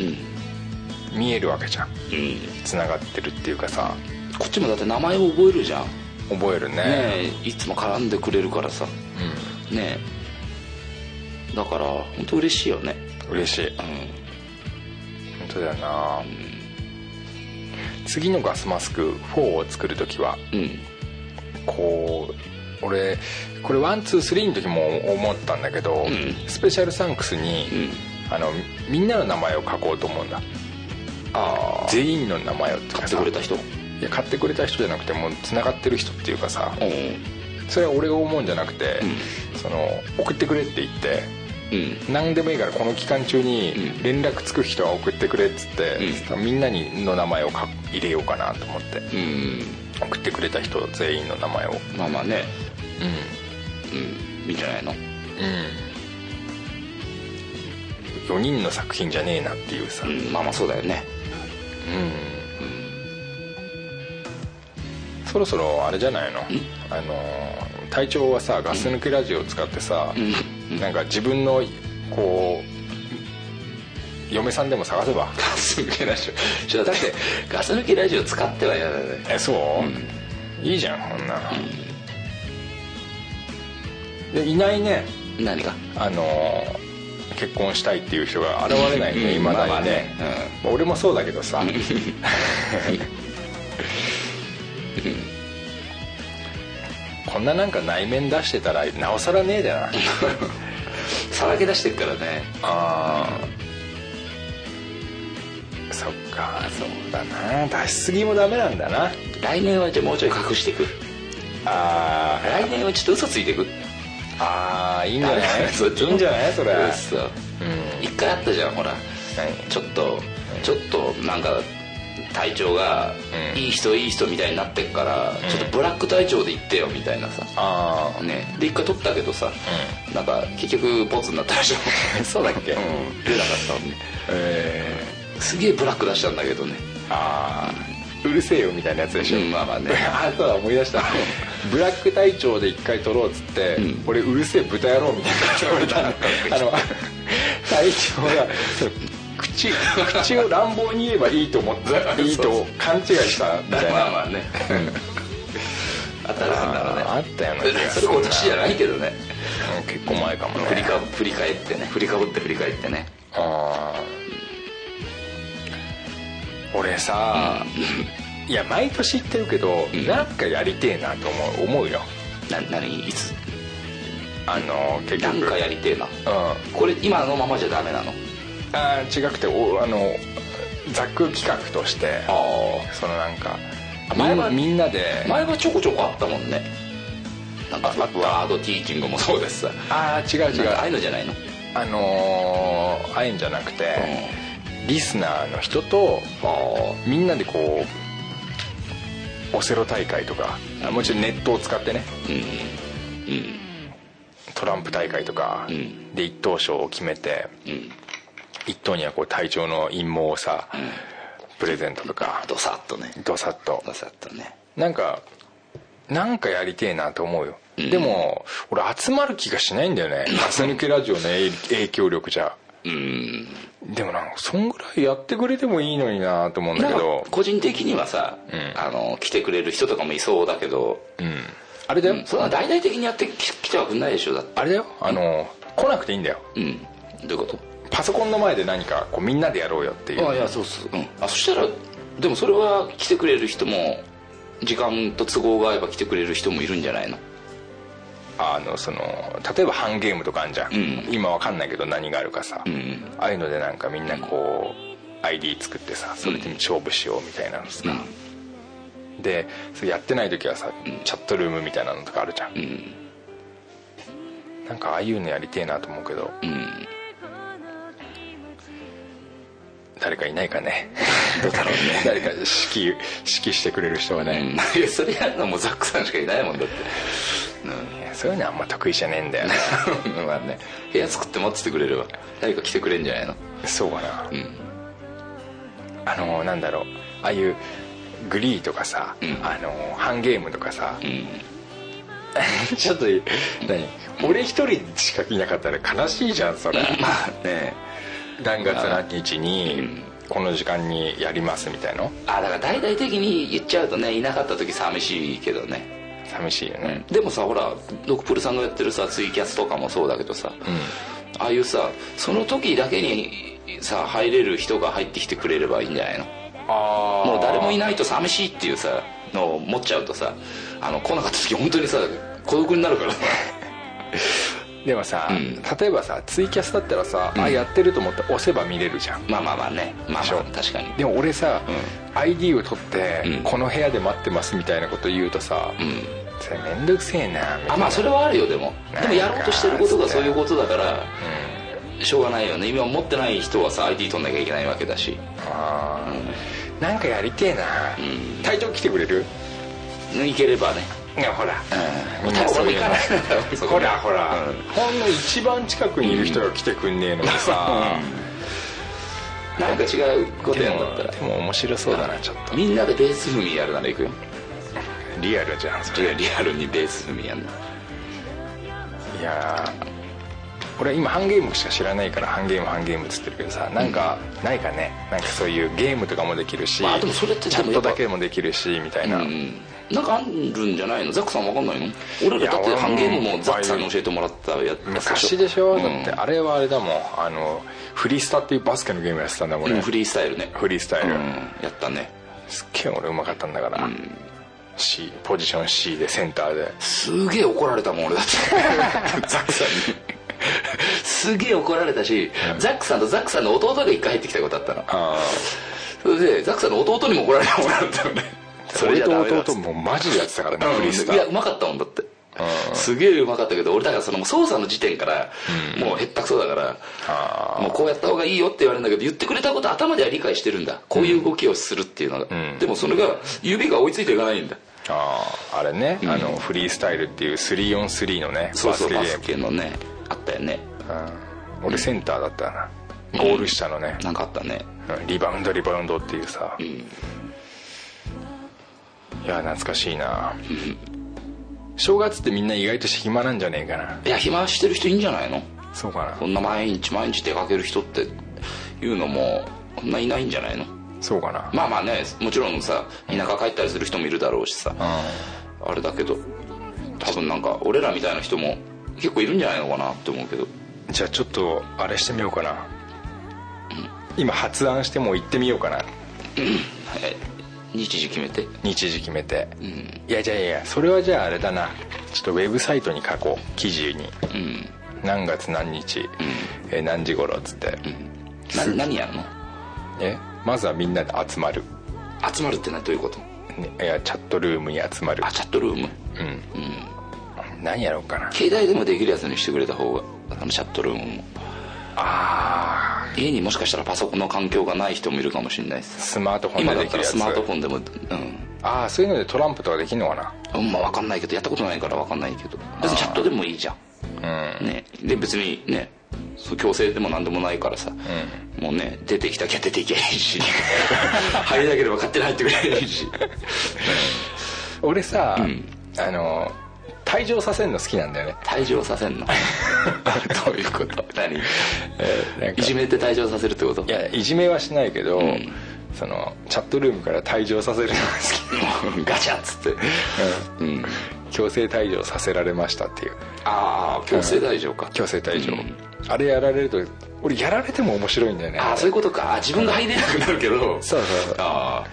Speaker 3: 見えるわけじゃん
Speaker 4: うん
Speaker 3: つながってるっていうかさ
Speaker 4: こっちもだって名前を覚えるじゃんね
Speaker 3: 覚えるね
Speaker 4: えいつも絡んでくれるからさねえだから本当嬉しいよね
Speaker 3: うん嬉しい
Speaker 4: うん
Speaker 3: 本当だよな、次のガスマスク4を作る時は
Speaker 4: うん
Speaker 3: こう俺これワンツースリーの時も思ったんだけど、
Speaker 4: ん
Speaker 3: スペシャルサンクスに、
Speaker 4: うん
Speaker 3: あのみんなの名前を書こうと思うんだ
Speaker 4: ああ
Speaker 3: 全員の名前をっていう
Speaker 4: 買
Speaker 3: か
Speaker 4: っ
Speaker 3: さ
Speaker 4: てくれた人
Speaker 3: いや買ってくれた人じゃなくてもうつながってる人っていうかさ
Speaker 4: うん
Speaker 3: それは俺が思うんじゃなくて、その送ってくれって言って
Speaker 4: うん
Speaker 3: 何でもいいからこの期間中
Speaker 4: う
Speaker 3: に連絡つく人は送ってくれっつって、みんなにの名前をか入れようかなと思って
Speaker 4: うん
Speaker 3: 送ってくれた人全員の名前をうん
Speaker 4: まあまあねうんいいんじゃないの
Speaker 3: 4人の作品じゃねえなっていうさ、
Speaker 4: うんまあまあそうだよね
Speaker 3: そろそろあれじゃないの、あのー隊長はさガス抜けラジオを使ってさ、なんか自分のこう嫁さんでも探せば
Speaker 4: ガス抜けラジオちょっとだってガス抜けラジオ使っては嫌だよね
Speaker 3: えそう、いいじゃんこんな、でいないね
Speaker 4: 何が
Speaker 3: あのー結婚したいっていう人が現れないね
Speaker 4: うん
Speaker 3: いまだ
Speaker 4: まあまあ
Speaker 3: にね
Speaker 4: ね
Speaker 3: まあ俺もそうだけどさこんななんか内面出してたらなおさらねえだ な
Speaker 4: さらけ出してるからね
Speaker 3: あーそっかそうだな出しすぎもダメなんだな
Speaker 4: 来年はじゃあもうちょい隠していく
Speaker 3: あー
Speaker 4: 来年はちょっと嘘ついていく
Speaker 3: あーいいんじゃない
Speaker 4: そ
Speaker 3: いいんじゃないそれ
Speaker 4: 嘘一回あったじゃんほらちょっとちょっとなんか隊長が、
Speaker 3: うん
Speaker 4: いい人いい人みたいになってっから、ちょっとブラック隊長で行ってよみたいなさ
Speaker 3: ああ
Speaker 4: ねで一回撮ったけどさ、なんか結局ボツになったでしょ そうだっけ、うん、出なかったもんね
Speaker 3: え
Speaker 4: すげえブラック出したんだけどね
Speaker 3: ー、あーうるせえよみたいなやつでしょ、
Speaker 4: うんまあまあね
Speaker 3: あそうだ思い出したブラック隊長で一回撮ろうっつって、
Speaker 4: ん
Speaker 3: 俺うるせえ豚野郎みたいなあの隊第一のが口口を乱暴に言えばいいと思った いいと勘違いしたみたい
Speaker 4: まあ
Speaker 3: な
Speaker 4: まあ ね当たるんだろうね
Speaker 3: あったような気がす
Speaker 4: それ
Speaker 3: る
Speaker 4: 今年じゃないけどね
Speaker 3: うん結構前かもね
Speaker 4: 振りか振り返ってね振りかぶって振り返ってね
Speaker 3: あー俺さ、いや毎年言ってるけど、
Speaker 4: ん
Speaker 3: なんかやりてえなと思う思うよ
Speaker 4: な何いつ
Speaker 3: あの結
Speaker 4: なん
Speaker 3: 局
Speaker 4: かやりてえな
Speaker 3: うん
Speaker 4: これ今のままじゃダメなの
Speaker 3: あー違くておあのざっく企画としてそのなんか
Speaker 4: 前は
Speaker 3: みんみんなで
Speaker 4: 前はちょこちょこあったもんねなんかバードティーチングもそうですさ
Speaker 3: ああ違う
Speaker 4: な
Speaker 3: 違
Speaker 4: ん
Speaker 3: う
Speaker 4: かああいうのじゃないの
Speaker 3: あのー、あえんじゃなくて、リスナーの人とみんなでこうオセロ大会とかあもちろんネットを使ってね
Speaker 4: うんうん
Speaker 3: トランプ大会とか
Speaker 4: うん
Speaker 3: で一等賞を決めて
Speaker 4: うん
Speaker 3: 一等にはこう体調の陰謀をさプレゼントとか
Speaker 4: ドサッとね
Speaker 3: どさっと
Speaker 4: ドサッとね
Speaker 3: なんかなんかやりてえなと思うよ
Speaker 4: うん
Speaker 3: でも俺集まる気がしないんだよ ねガス抜けラジオの影影響力じゃ
Speaker 4: うん
Speaker 3: でもなんかそんぐらいやってくれてもいいのになと思うんだけ
Speaker 4: なん
Speaker 3: ど
Speaker 4: か個人的にはさ、
Speaker 3: ん
Speaker 4: あの来てくれる人とかもいそうだけど、
Speaker 3: うんあれだよ、
Speaker 4: そんな大々的にやってき来てはくんないでしょだって
Speaker 3: あれだよあの来なくていいんだよ
Speaker 4: うんどういうこ
Speaker 3: パソコンの前で何かこうみんなでやろうよっていう
Speaker 4: とあいやそうそう、うん、あそしたらでもそれは来てくれる人も時間と都合が合えば来てくれる人もいるんじゃないの
Speaker 3: あのその例えばハンゲームとかあんじゃん、
Speaker 4: うん
Speaker 3: 今わかんないけど何があるかさ、
Speaker 4: うん
Speaker 3: ああいうのでなんかみんなこう ID 作ってさそれで勝負しようみたいなのさ、でそれやってない時はさ、チャットルームみたいなのとかあるじゃん、
Speaker 4: うん
Speaker 3: なんかああいうのやりてえなと思うけど
Speaker 4: うん
Speaker 3: 誰かいないかね
Speaker 4: どうだろうね
Speaker 3: 誰か指揮指揮してくれる人はね、
Speaker 4: うん いやそれやるのもザックさんしかいないもんだって
Speaker 3: いやそういうのあんま得意じゃねえんだよな
Speaker 4: うん まあね部屋作って待っててくれれば誰か来てくれんじゃないの
Speaker 3: そうかな
Speaker 4: うん
Speaker 3: あのなんだろうああいうグリーとかさ、
Speaker 4: うん
Speaker 3: あのハンゲームとかさ、
Speaker 4: うん
Speaker 3: ちょっといい何俺一人しかいなかったら悲しいじゃんそれ
Speaker 4: ね
Speaker 3: 何月何日にこの時間にやりますみたいの
Speaker 4: あだから大々的に言っちゃうとねいなかった時寂しいけどね、
Speaker 3: 寂しいよね
Speaker 4: でもさほらドクプルさんがやってるさツイキャスとかもそうだけどさ、ああいうさその時だけにさ入れる人が入ってきてくれればいいんじゃないの
Speaker 3: あ
Speaker 4: もう誰もいないと寂しいっていうさのを持っちゃうとさあの来なかった時本当にさ孤独になる から
Speaker 3: でもさ、
Speaker 4: うん
Speaker 3: 例えばさツイキャスだったらさ、あやってると思って押せば見れるじゃん
Speaker 4: まあまあまあねまあ
Speaker 3: でし
Speaker 4: ま
Speaker 3: ょ
Speaker 4: あ確かに
Speaker 3: でも俺さ、
Speaker 4: う
Speaker 3: ID を取って、
Speaker 4: うん
Speaker 3: この部屋で待ってますみたいなこと言うとさ、
Speaker 4: うん
Speaker 3: それめんどくせえなみた
Speaker 4: あ
Speaker 3: いな
Speaker 4: まあそれはあるよでもでもやろうとしてることがそういうことだからしょうがないよね今持ってない人はさ ID 取んなきゃいけないわけだし
Speaker 3: あーなんかやりてえな、
Speaker 4: ん
Speaker 3: 隊長来てくれる
Speaker 4: いければね
Speaker 3: いやほら、
Speaker 4: うん
Speaker 3: みんなそういうの
Speaker 4: 俺も行かないだろそこ
Speaker 3: ほらほら、
Speaker 4: うん
Speaker 3: ほんの一番近くにいる人が来てくんねえのにさ、
Speaker 4: なんか違うこと
Speaker 3: で
Speaker 4: やんだっ
Speaker 3: も
Speaker 4: たら
Speaker 3: でも面白そうだなちょっと
Speaker 4: みんなでベース踏みやるなら行くよ
Speaker 3: リアルじゃんそ
Speaker 4: 違
Speaker 3: れ
Speaker 4: うリアルにベース踏みやんない
Speaker 3: やー俺今ハンゲームしか知らないからハンゲームハンゲームっつってるけどさなんかないかねなんかそういうゲームとかもできるし、
Speaker 4: まあでもそれって
Speaker 3: チャッ
Speaker 4: で
Speaker 3: ト
Speaker 4: もや
Speaker 3: だ
Speaker 4: っぱ
Speaker 3: けもできるしみたいな、
Speaker 4: うんなんかあるんじゃないのザックさんわかんないの俺らだっ
Speaker 3: い
Speaker 4: て
Speaker 3: や
Speaker 4: ハンゲーム
Speaker 3: 俺
Speaker 4: も
Speaker 3: も
Speaker 4: ザックさんに教えてもらったやつ
Speaker 3: 昔でしょ、
Speaker 4: うん
Speaker 3: だってあれはあれだもんあのフリースタっていうバスケのゲームやってたんだもん
Speaker 4: う
Speaker 3: ね、
Speaker 4: んフリースタイルね
Speaker 3: フリースタイル、
Speaker 4: うんやったね
Speaker 3: すっげえ俺うまかったんだから、C ポジション C でセンターです
Speaker 4: げえ怒られたもん俺だって ザックさんにすげえ怒られたし、ザックさんとザックさんの弟が一回入ってきたことあったの
Speaker 3: あ
Speaker 4: それでザックさんの弟にも怒られたもんだったのねそれ
Speaker 3: 俺
Speaker 4: じゃダメ
Speaker 3: と
Speaker 4: だっつ
Speaker 3: 弟
Speaker 4: って
Speaker 3: もマジでやってたからね、フリースタ
Speaker 4: いやうまかったもんだってすげえうまかったけど俺だからその操作の時点からもうへったくそだから、
Speaker 3: あ
Speaker 4: もうこうやった方がいいよって言われるんだけど言ってくれたこと頭では理解してるんだこういう動きをするっていうのが、
Speaker 3: ん
Speaker 4: でもそれが指が追いついていかないんだ
Speaker 3: あーあれね、
Speaker 4: ん
Speaker 3: あのフリースタイルっていう 3on3 のね
Speaker 4: そう
Speaker 3: バ
Speaker 4: そ
Speaker 3: ス
Speaker 4: う
Speaker 3: ケゲ
Speaker 4: バス
Speaker 3: ーム
Speaker 4: ケのねあったよね
Speaker 3: うん俺センターだったな、ゴール下のね、
Speaker 4: なんかあったね
Speaker 3: うんリバウンドリバウンドっていうさ、いや懐かしいな、正月ってみんな意外と暇なんじゃねえかない
Speaker 4: や暇してる人いいんじゃないの
Speaker 3: そうかな
Speaker 4: そんな毎日毎日出かける人っていうのもこんないないんじゃないの
Speaker 3: そうかな
Speaker 4: まあまあねもちろんさ田舎帰ったりする人もいるだろうしさあれだけど多分なんか俺らみたいな人も結構いるんじゃないのかなって思うけど
Speaker 3: じゃあちょっとあれしてみようかな今発案してもう行ってみようかな
Speaker 4: え日時決めて
Speaker 3: 日時決めて
Speaker 4: うん
Speaker 3: いやじゃあいやそれはじゃああれだなちょっとウェブサイトに書こう記事に
Speaker 4: うん
Speaker 3: 何月何日、えー何時頃っつって、
Speaker 4: な何やるの
Speaker 3: えまずはみんなで集まる、
Speaker 4: 集まるってのはどういうこと
Speaker 3: ねいやチャットルームに集まる
Speaker 4: あチャットルーム
Speaker 3: うん、何やろうかな
Speaker 4: 携帯でもできるやつにしてくれた方があのチャットルームも
Speaker 3: あ
Speaker 4: 家にもしかしたらパソコンの環境がない人もいるかもしれないです
Speaker 3: スマートフォン
Speaker 4: 今
Speaker 3: で
Speaker 4: だ
Speaker 3: で
Speaker 4: っ
Speaker 3: き
Speaker 4: た
Speaker 3: る
Speaker 4: ら
Speaker 3: やつ
Speaker 4: スマートフォンでもうん
Speaker 3: ああそういうのでトランプとかできんのかな
Speaker 4: うんまあ分かんないけどやったことないから分かんないけど別にチャットでもいいじゃんね、で別にねそう強制でも何でもないからさ、もうね出てきたきゃ出ていけばいいし 入れなければ勝手に入ってくればいいし
Speaker 3: 俺さ、あの退場させるの好きなんだよね
Speaker 4: 退場させ んのどういうこと何、
Speaker 3: なんか
Speaker 4: いじめて退場させるってこと
Speaker 3: いやいじめはしないけど、
Speaker 4: ん
Speaker 3: そのチャットルームから退場させるのが
Speaker 4: も うガチャっつって、
Speaker 3: 好き、うん強制退場させられましたっていう
Speaker 4: ああ強制退場か、
Speaker 3: 強制退場、
Speaker 4: うん
Speaker 3: あれやられると俺やられても面白いんだよね
Speaker 4: ああそういうことかあ自分が入れなくなるけど
Speaker 3: そうそうそう
Speaker 4: あ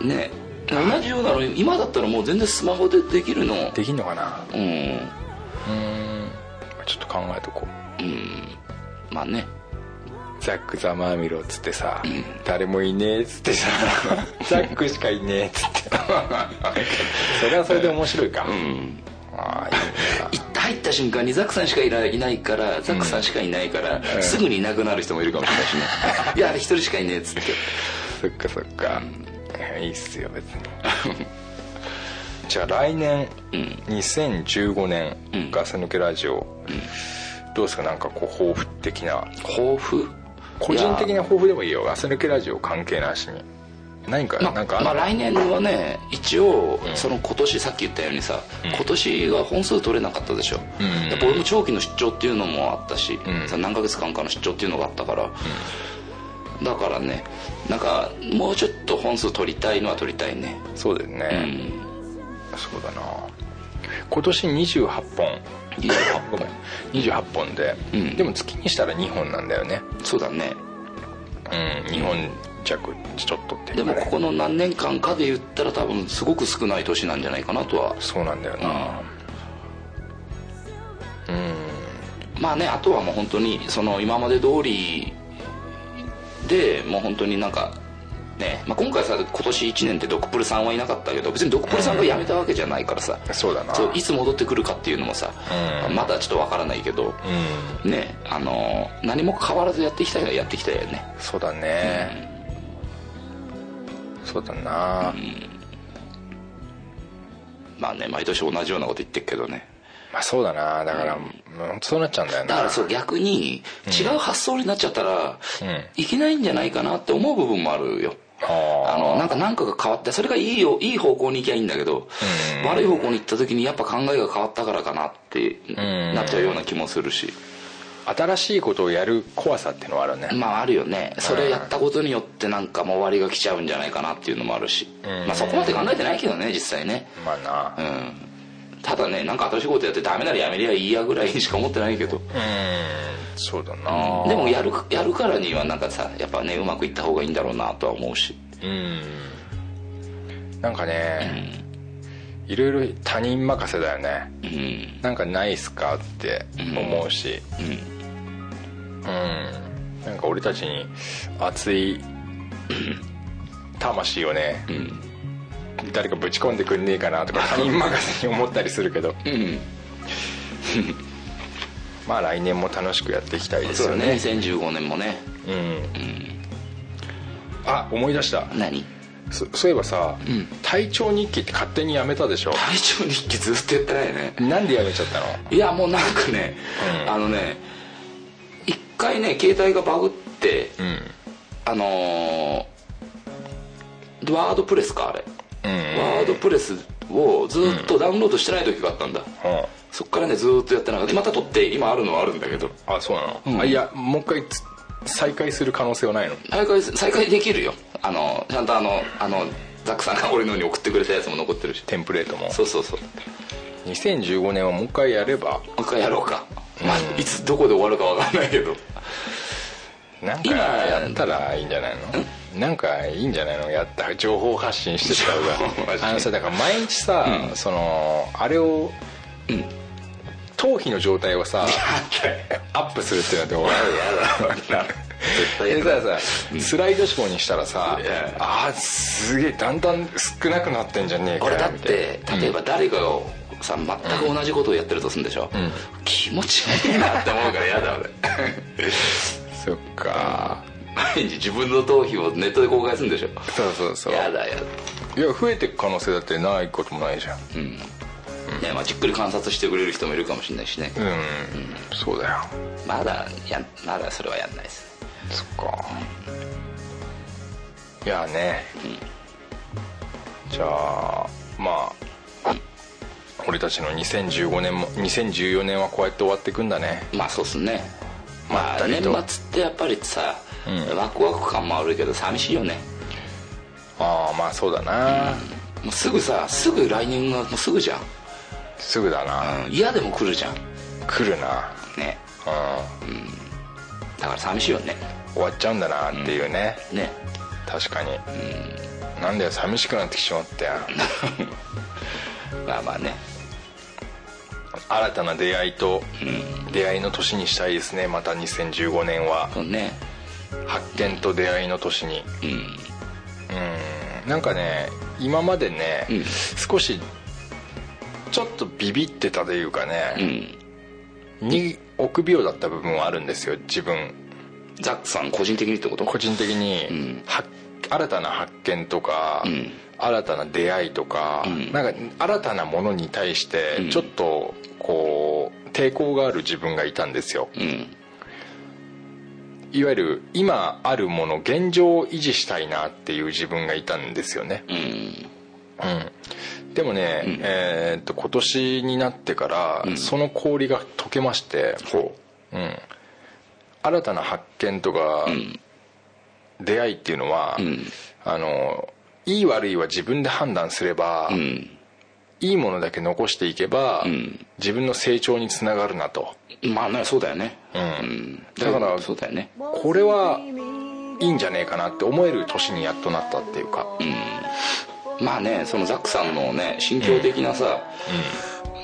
Speaker 4: あね同じようなの今だったらもう全然スマホでできるの
Speaker 3: できんのかな
Speaker 4: うん
Speaker 3: ちょっと考えとこう
Speaker 4: うんまあね
Speaker 3: ザック・ザ・マーミロっつってさ、誰もいねえっつってさ ザックしかいねえっつ ってそれはそれで面白いか、
Speaker 4: うん
Speaker 3: ああいいない
Speaker 4: 入った瞬間にザックさんしかいないいないからザックさんしかいないから、すぐにいなくなる人もいるかもしれないし ねいやあれ一人しかいねえっつって
Speaker 3: そっかそっか、いいっすよ別に じゃあ来年、2015年ガス抜けラジオ、どうですかなんかこう抱負的な
Speaker 4: 抱負
Speaker 3: 個人的な抱負でもいいよガス抜けラジオ関係なしに何か
Speaker 4: ま
Speaker 3: なんかあん
Speaker 4: ま
Speaker 3: の
Speaker 4: あ、来年はね一応その今年さっき言ったようにさ、今年は本数取れなかったでしょ、やっぱ俺も長期の出張っていうのもあったし、
Speaker 3: ん
Speaker 4: さ何ヶ月間かの出張っていうのがあったから、だからねなんかもうちょっと本数取りたいのは取りたいね
Speaker 3: そうだよ
Speaker 4: う
Speaker 3: ね、
Speaker 4: ん
Speaker 3: そうだな今年28本
Speaker 4: いいよ
Speaker 3: ごめん28本で、
Speaker 4: うん
Speaker 3: でも月にしたら2本なんだよね
Speaker 4: そうだね
Speaker 3: うん2本弱ちょっとってい
Speaker 4: で
Speaker 3: うか
Speaker 4: も
Speaker 3: ね
Speaker 4: ここの何年間かで言ったら多分すごく少ない年なんじゃないかなとは
Speaker 3: そうなんだよな
Speaker 4: まあねあとはもう本当にその今まで通りでもう本当になんかね、まあ、今回さ今年1年ってドクプルさんはいなかったけど別にドクプルさんが辞めたわけじゃないからさ、
Speaker 3: そうだな
Speaker 4: そういつ戻ってくるかっていうのもさ、
Speaker 3: うん
Speaker 4: まだちょっとわからないけど、
Speaker 3: うん
Speaker 4: ねあの何も変わらずやっていきたいのはやっていきたいよね
Speaker 3: そうだね、そうだな、
Speaker 4: まあね毎年同じようなこと言ってるけどね
Speaker 3: まあそうだなだから、うんそうなっちゃうんだよ
Speaker 4: だか
Speaker 3: な
Speaker 4: らそう逆に違う発想になっちゃったら、いけないんじゃないかなって思う部分もあるよ
Speaker 3: あ
Speaker 4: あのなんか何かが変わってそれがいいよいい方向に行きゃいいんだけど、悪い方向に行った時にやっぱ考えが変わったからかなって
Speaker 3: ん
Speaker 4: なっちゃうような気もするし、
Speaker 3: ー新しいことをやる怖さってのはあるね、
Speaker 4: まああるよねそれやったことによってなんかもう終わりが来ちゃうんじゃないかなっていうのもあるし、
Speaker 3: ん
Speaker 4: まあそこまで考えてないけどね実際ね
Speaker 3: まあな
Speaker 4: うんただねなんか新しいことやってダメならやめりゃいいやぐらいにしか思ってないけど
Speaker 3: うんそうだな
Speaker 4: でもやるやるからにはなんかさやっぱねうまくいった方がいいんだろうなとは思うし
Speaker 3: うんなんかね、いろいろ他人任せだよね
Speaker 4: うん
Speaker 3: なんかないっすかって思うし
Speaker 4: うん
Speaker 3: うん、なんか俺たちに熱い魂をね
Speaker 4: うん
Speaker 3: 誰かぶち込んでくんねえかなとか他人任せに思ったりするけど
Speaker 4: うん
Speaker 3: まあ来年も楽しくやっていきたいです
Speaker 4: そう
Speaker 3: よ
Speaker 4: だ
Speaker 3: ね
Speaker 4: ね2015年もね
Speaker 3: うん、あ思い出した
Speaker 4: 何
Speaker 3: そそういえばさ、
Speaker 4: ん
Speaker 3: 体調日記って勝手にやめたでしょ
Speaker 4: 体調日記ずっとやってないね
Speaker 3: なんでやめちゃったの
Speaker 4: いやもうなんかね、
Speaker 3: うん
Speaker 4: あのね一回ね携帯がバグっ
Speaker 3: う
Speaker 4: てあのーワードプレスかあれ、
Speaker 3: んうん
Speaker 4: ワードプレスをずっとダウンロードしてない時があったんだ、
Speaker 3: うん
Speaker 4: そっからねずーっとやってなかったまた撮って今あるのはあるんだけど
Speaker 3: あそうなの、
Speaker 4: うん
Speaker 3: あいやもう一回つ再開する可能性はないの
Speaker 4: 再開再開できるよあのちゃんとあのあのザックさんが俺のに送ってくれたやつも残ってるし
Speaker 3: テンプレートも
Speaker 4: そうそうそうも
Speaker 3: 2015年はもう一回やれば
Speaker 4: う一回やろうか、まあ、いつどこで終わるかわかんないけど
Speaker 3: なんか
Speaker 4: 今
Speaker 3: やったらいいんじゃないのなんかいいんじゃないのやった情報発信してた
Speaker 4: 情報
Speaker 3: 方
Speaker 4: 発
Speaker 3: が
Speaker 4: 信
Speaker 3: あのさだから毎日さ、そのあれを、頭皮の状態をさアップするっていうのって
Speaker 4: やだ絶対
Speaker 3: 俺
Speaker 4: や
Speaker 3: で
Speaker 4: だ
Speaker 3: ささスライドショーにしたらさ
Speaker 4: いや
Speaker 3: あーすげえだんだん少なくなってんじゃねえか
Speaker 4: 俺だっ
Speaker 3: みたいな
Speaker 4: て例えば誰かがさ全く同じことをやってるとするんでしょ、気持ち悪いなって思うからやだ俺
Speaker 3: そっか
Speaker 4: 毎日自分の頭皮をネットで公開するんでしょ
Speaker 3: そうそうそう
Speaker 4: やだやだ
Speaker 3: いや増えていく可能性だってないこともないじゃん
Speaker 4: ねまあ、じっくり観察してくれる人もいるかもしれないしね、
Speaker 3: うん、そうだよ
Speaker 4: まだやまだそれはやんないですね
Speaker 3: そっかいやね、じゃあまあ俺たちの2015年も2014年はこうやって終わっていくんだね
Speaker 4: まあそうっすねま
Speaker 3: ま
Speaker 4: あ
Speaker 3: ったり
Speaker 4: 年
Speaker 3: と
Speaker 4: 末ってやっぱりさ、
Speaker 3: うん
Speaker 4: ワクワク感もあるけど寂しいよね
Speaker 3: ああまあそうだな、
Speaker 4: もうすぐさすぐ来年がもうすぐじゃん
Speaker 3: すぐだな、
Speaker 4: うん嫌でも来るじゃん
Speaker 3: 来るな
Speaker 4: ね
Speaker 3: うん
Speaker 4: だから寂しいよね
Speaker 3: 終わっちゃうんだなっていうね、
Speaker 4: ね
Speaker 3: 確かに、なんだよ寂しくなってきちまったよ
Speaker 4: まあまあね
Speaker 3: 新たな出会いと出会いの年にしたいですねまた2015年は
Speaker 4: そうね
Speaker 3: 発見と出会いの年に
Speaker 4: うん
Speaker 3: うんなんかね今までね、
Speaker 4: うん
Speaker 3: 少しちょっとビビってたというか
Speaker 4: う
Speaker 3: ね、
Speaker 4: ん
Speaker 3: に臆病だった部分はあるんですよ自分
Speaker 4: ザックさん個人的にってこと
Speaker 3: 個人的に、
Speaker 4: ん
Speaker 3: は新たな発見とか、
Speaker 4: うん
Speaker 3: 新たな出会いとか、
Speaker 4: ん
Speaker 3: なんか新たなものに対して
Speaker 4: ん
Speaker 3: ちょっとこう抵抗がある自分がいたんですよ
Speaker 4: うん
Speaker 3: いわゆる今あるもの現状を維持したいなっていう自分がいたんですよね
Speaker 4: うん
Speaker 3: うん、でもね、
Speaker 4: うん
Speaker 3: えーっと今年になってから、
Speaker 4: ん
Speaker 3: その氷が溶けまして、
Speaker 4: ほ
Speaker 3: うん、新たな発見とか、
Speaker 4: ん
Speaker 3: 出会いっていうのは、
Speaker 4: うん
Speaker 3: あのいい悪いは自分で判断すれば、
Speaker 4: うん
Speaker 3: いいものだけ残していけば、
Speaker 4: うん
Speaker 3: 自分の成長につながるなと、
Speaker 4: まあねそうだよね
Speaker 3: うん
Speaker 4: うん
Speaker 3: だから
Speaker 4: そうだよね
Speaker 3: これはいいんじゃねえかなって思える年にやっとなったっていうか、
Speaker 4: まあねそのザックさんのね心境的なさ、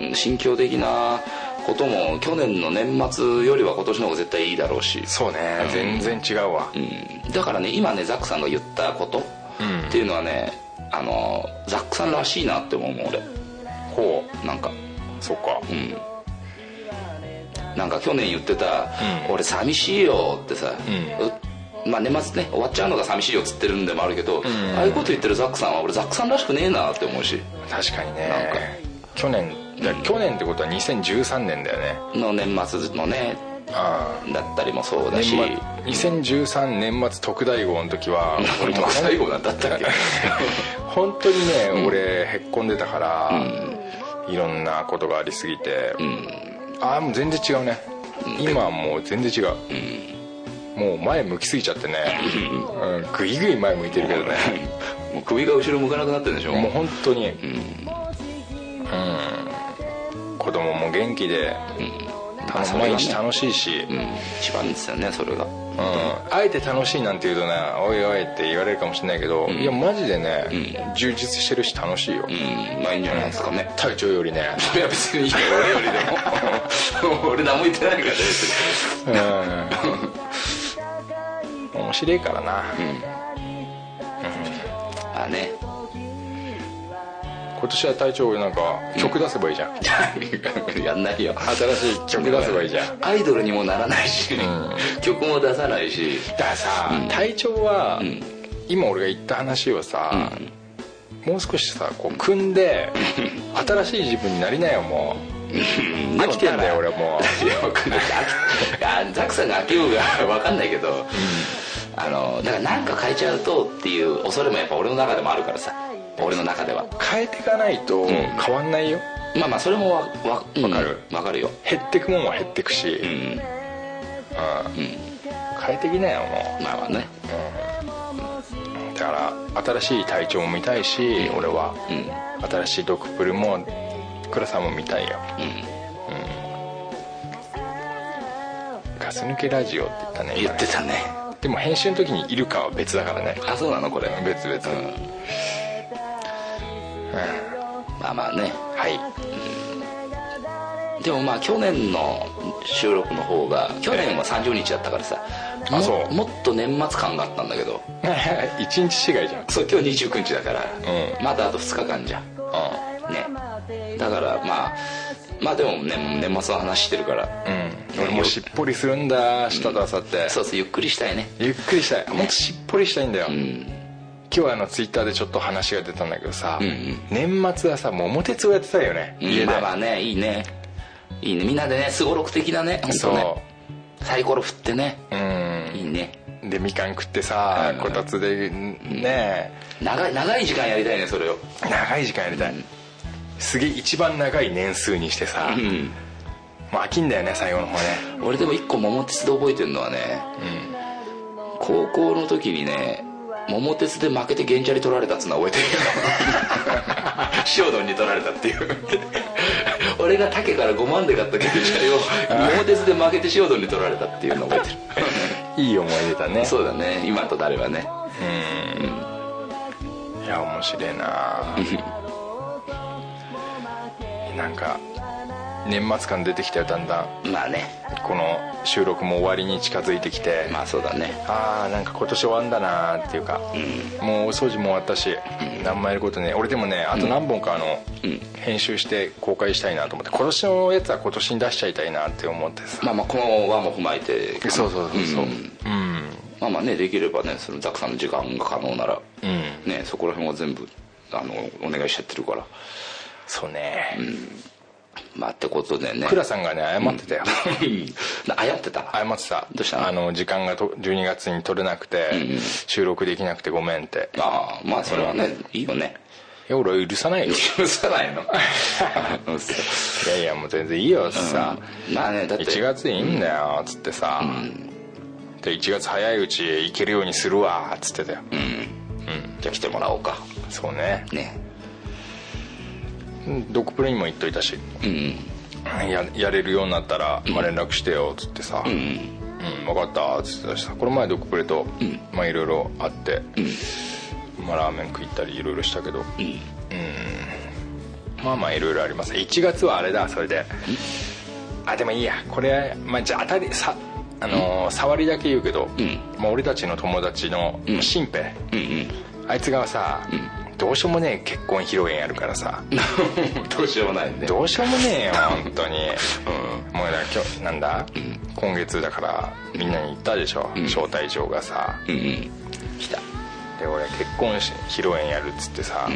Speaker 4: うん心境的なことも去年の年末よりは今年の方が絶対いいだろうし、
Speaker 3: そうね、全然違うわ、
Speaker 4: うんだからね今ねザックさんが言ったことっていうのはね、あのザックさんらしいなって思うもん俺
Speaker 3: ほ
Speaker 4: なんか
Speaker 3: うそっか、
Speaker 4: うんなんか去年言ってた「
Speaker 3: うん
Speaker 4: 俺寂しいよ」ってさ、
Speaker 3: う
Speaker 4: うまあ年末ね終わっちゃうのが寂しいよっつってるんでもあるけど、
Speaker 3: ん
Speaker 4: ああいうこと言ってるザックさんは俺ザックさんらしくねえなって思うし
Speaker 3: 確かにね
Speaker 4: なんか
Speaker 3: 去年だから去年ってことは2013年だよね
Speaker 4: の年末のね
Speaker 3: ああ
Speaker 4: だったりもそうだ
Speaker 3: 年
Speaker 4: し
Speaker 3: 末2013年末特大号の時は
Speaker 4: 俺
Speaker 3: もう
Speaker 4: 特大号なんだったっけ
Speaker 3: 本当にね、俺へっこんでたから、いろんなことがありすぎて、ああもう全然違うね今はもう全然違う、もう前向きすぎちゃってね、うん、ぐいぐい前向いてるけどね
Speaker 4: もう首が後ろ向かなくなってるでしょ
Speaker 3: もう本当に、うん、子供も元気で、
Speaker 4: まあそれはね
Speaker 3: 毎日楽しいし、
Speaker 4: うん一番ですよねそれが
Speaker 3: うん、あえて楽しいなんて言うとね「おいおい」って言われるかもしれないけど、いやマジでね、充実してるし楽しいよ、
Speaker 4: うんまあいいんじゃないです かね
Speaker 3: 体調よりね
Speaker 4: いや別にいいよ俺よりでも 俺何も言ってないから別に
Speaker 3: うん 面白いからな、
Speaker 4: あね
Speaker 3: 今年は体調なんか曲出せばいいじゃん、
Speaker 4: やんないよ
Speaker 3: 新しい曲出せばいいじゃん
Speaker 4: アイドルにもならないし、曲も出さないし
Speaker 3: だからさ、体調は、
Speaker 4: ん
Speaker 3: 今俺が言った話をさ、もう少しさこう組んで新しい自分になりなよもう飽きてんだよ俺も
Speaker 4: いやわかんないあザックさんが飽きようがわかんないけど、あのだからなんか変えちゃうとっていう恐れもやっぱ俺の中でもあるからさ
Speaker 3: う
Speaker 4: 俺の中では
Speaker 3: 変えていかないと変わんないよ、
Speaker 4: まあまあそれもわわ、うん、
Speaker 3: かる
Speaker 4: わかるよ
Speaker 3: 減ってくもんは減ってくし、
Speaker 4: うん
Speaker 3: あ
Speaker 4: うん
Speaker 3: 変えてきなよも
Speaker 4: まあまあね
Speaker 3: うだから新しい体調も見たいし、俺は、
Speaker 4: うん
Speaker 3: 新しいドクプルも倉さんも見たいよ
Speaker 4: うん
Speaker 3: ガス抜けラジオって言ったね
Speaker 4: 言ってたね
Speaker 3: 今でも編集の時にいるかは別だからね
Speaker 4: あそうなのこれ
Speaker 3: 別々、
Speaker 4: うんまあまあね
Speaker 3: はい
Speaker 4: でもまあ去年の収録の方が去年は30日だったからさ
Speaker 3: あ
Speaker 4: も
Speaker 3: そう
Speaker 4: もっと年末感があったんだけど
Speaker 3: 一日違いじゃん
Speaker 4: そう今日29日だから、
Speaker 3: う
Speaker 4: まだあと2日間じゃんねだからまあまあでもね年末の話してるから、
Speaker 3: うん、俺もうしっぽりするんだ明日と明後日、
Speaker 4: そうそうゆっくりしたいね
Speaker 3: ゆっくりしたいもっとしっぽりしたいんだよ、
Speaker 4: うん
Speaker 3: 今日あのツイッターでちょっと話が出たんだけどさ、
Speaker 4: うんうん
Speaker 3: 年末はさ桃鉄をやってたよね、家で、
Speaker 4: まあまあねいいねいいねみんなでねすごろく的なね本当
Speaker 3: そ
Speaker 4: ねサイコロ振ってね
Speaker 3: うう
Speaker 4: いいね
Speaker 3: んでみかん食ってさ、
Speaker 4: うん
Speaker 3: こたつでね
Speaker 4: 長い長い時間やりたいねそれを
Speaker 3: 長い時間やりたい、すげえ一番長い年数にしてさ、もう飽きんだよね最後の方ね
Speaker 4: 俺でも一個桃鉄で覚えてるのはね、高校の時にね桃鉄で負けてゲンチャリ取られたっつうのは覚 えてるよ塩丼に取られたっていう俺が竹から5万で買ったゲンチャリを桃鉄で負けて塩丼に取られたっていうのを覚えて
Speaker 3: いい思い出だね
Speaker 4: るそうだね今となればね
Speaker 3: いや面白 いななんか年末感出てきたよだんだん
Speaker 4: まあね
Speaker 3: この収録も終わりに近づいてきて、
Speaker 4: まあそうだね
Speaker 3: ああなんか今年終わんだなーっていうか、もうお掃除も終わったし、何もやることね俺でもねあと何本かあの、
Speaker 4: ん
Speaker 3: 編集して公開したいなと思って今年のやつは今年に出しちゃいたいなって思ってさ、
Speaker 4: まあまあこの輪も踏まえて
Speaker 3: そうそうそうそう
Speaker 4: う
Speaker 3: う
Speaker 4: ん
Speaker 3: ん
Speaker 4: まあまあねできればねそのたくさんの時間が可能なら、
Speaker 3: うん
Speaker 4: ねそこら辺は全部あのお願いしちゃってるから
Speaker 3: そうね、
Speaker 4: まあってことでね
Speaker 3: 倉さんがね謝ってたよ、
Speaker 4: あやってた
Speaker 3: 謝ってた
Speaker 4: どうしたの
Speaker 3: あの時間がと12月に取れなくて、収録できなくてごめんってい
Speaker 4: ああまあそれはねいいよね
Speaker 3: や俺は許さないよ
Speaker 4: 許さないのうんそ
Speaker 3: いやいやもう全然いいよ
Speaker 4: う
Speaker 3: さ、
Speaker 4: まあねだって
Speaker 3: 1月でいいんだよっつってさ、で1月早いうち行けるようにするわっつってたよ、
Speaker 4: じゃあ来てもらおうか
Speaker 3: そうね
Speaker 4: ね
Speaker 3: ドクプレにも行っといたし
Speaker 4: うん
Speaker 3: ややれるようになったら、まあ、連絡してよっつってさ「うん、分かった」っつってたしさこの前ドクプレと、まあいろいろあって、まあ、ラーメン食いったりいろいろしたけどうんまあまあいろいろあります1月はあれだそれであでもいいやこれ、まあ、じゃあ当たりさあのー触りだけ言うけど、
Speaker 4: ん
Speaker 3: まあ、俺たちの友達の新兵、
Speaker 4: うんうん
Speaker 3: あいつがさ、どうしようもねえ結婚披露宴やるからさ
Speaker 4: どうしようもないんで
Speaker 3: どうしようもね えよ本当に、もうだ今日なんだ、今月だからみんなに言ったでしょ、招待状がさ、
Speaker 4: うんうん来た
Speaker 3: で俺結婚し披露宴やるっつってさ、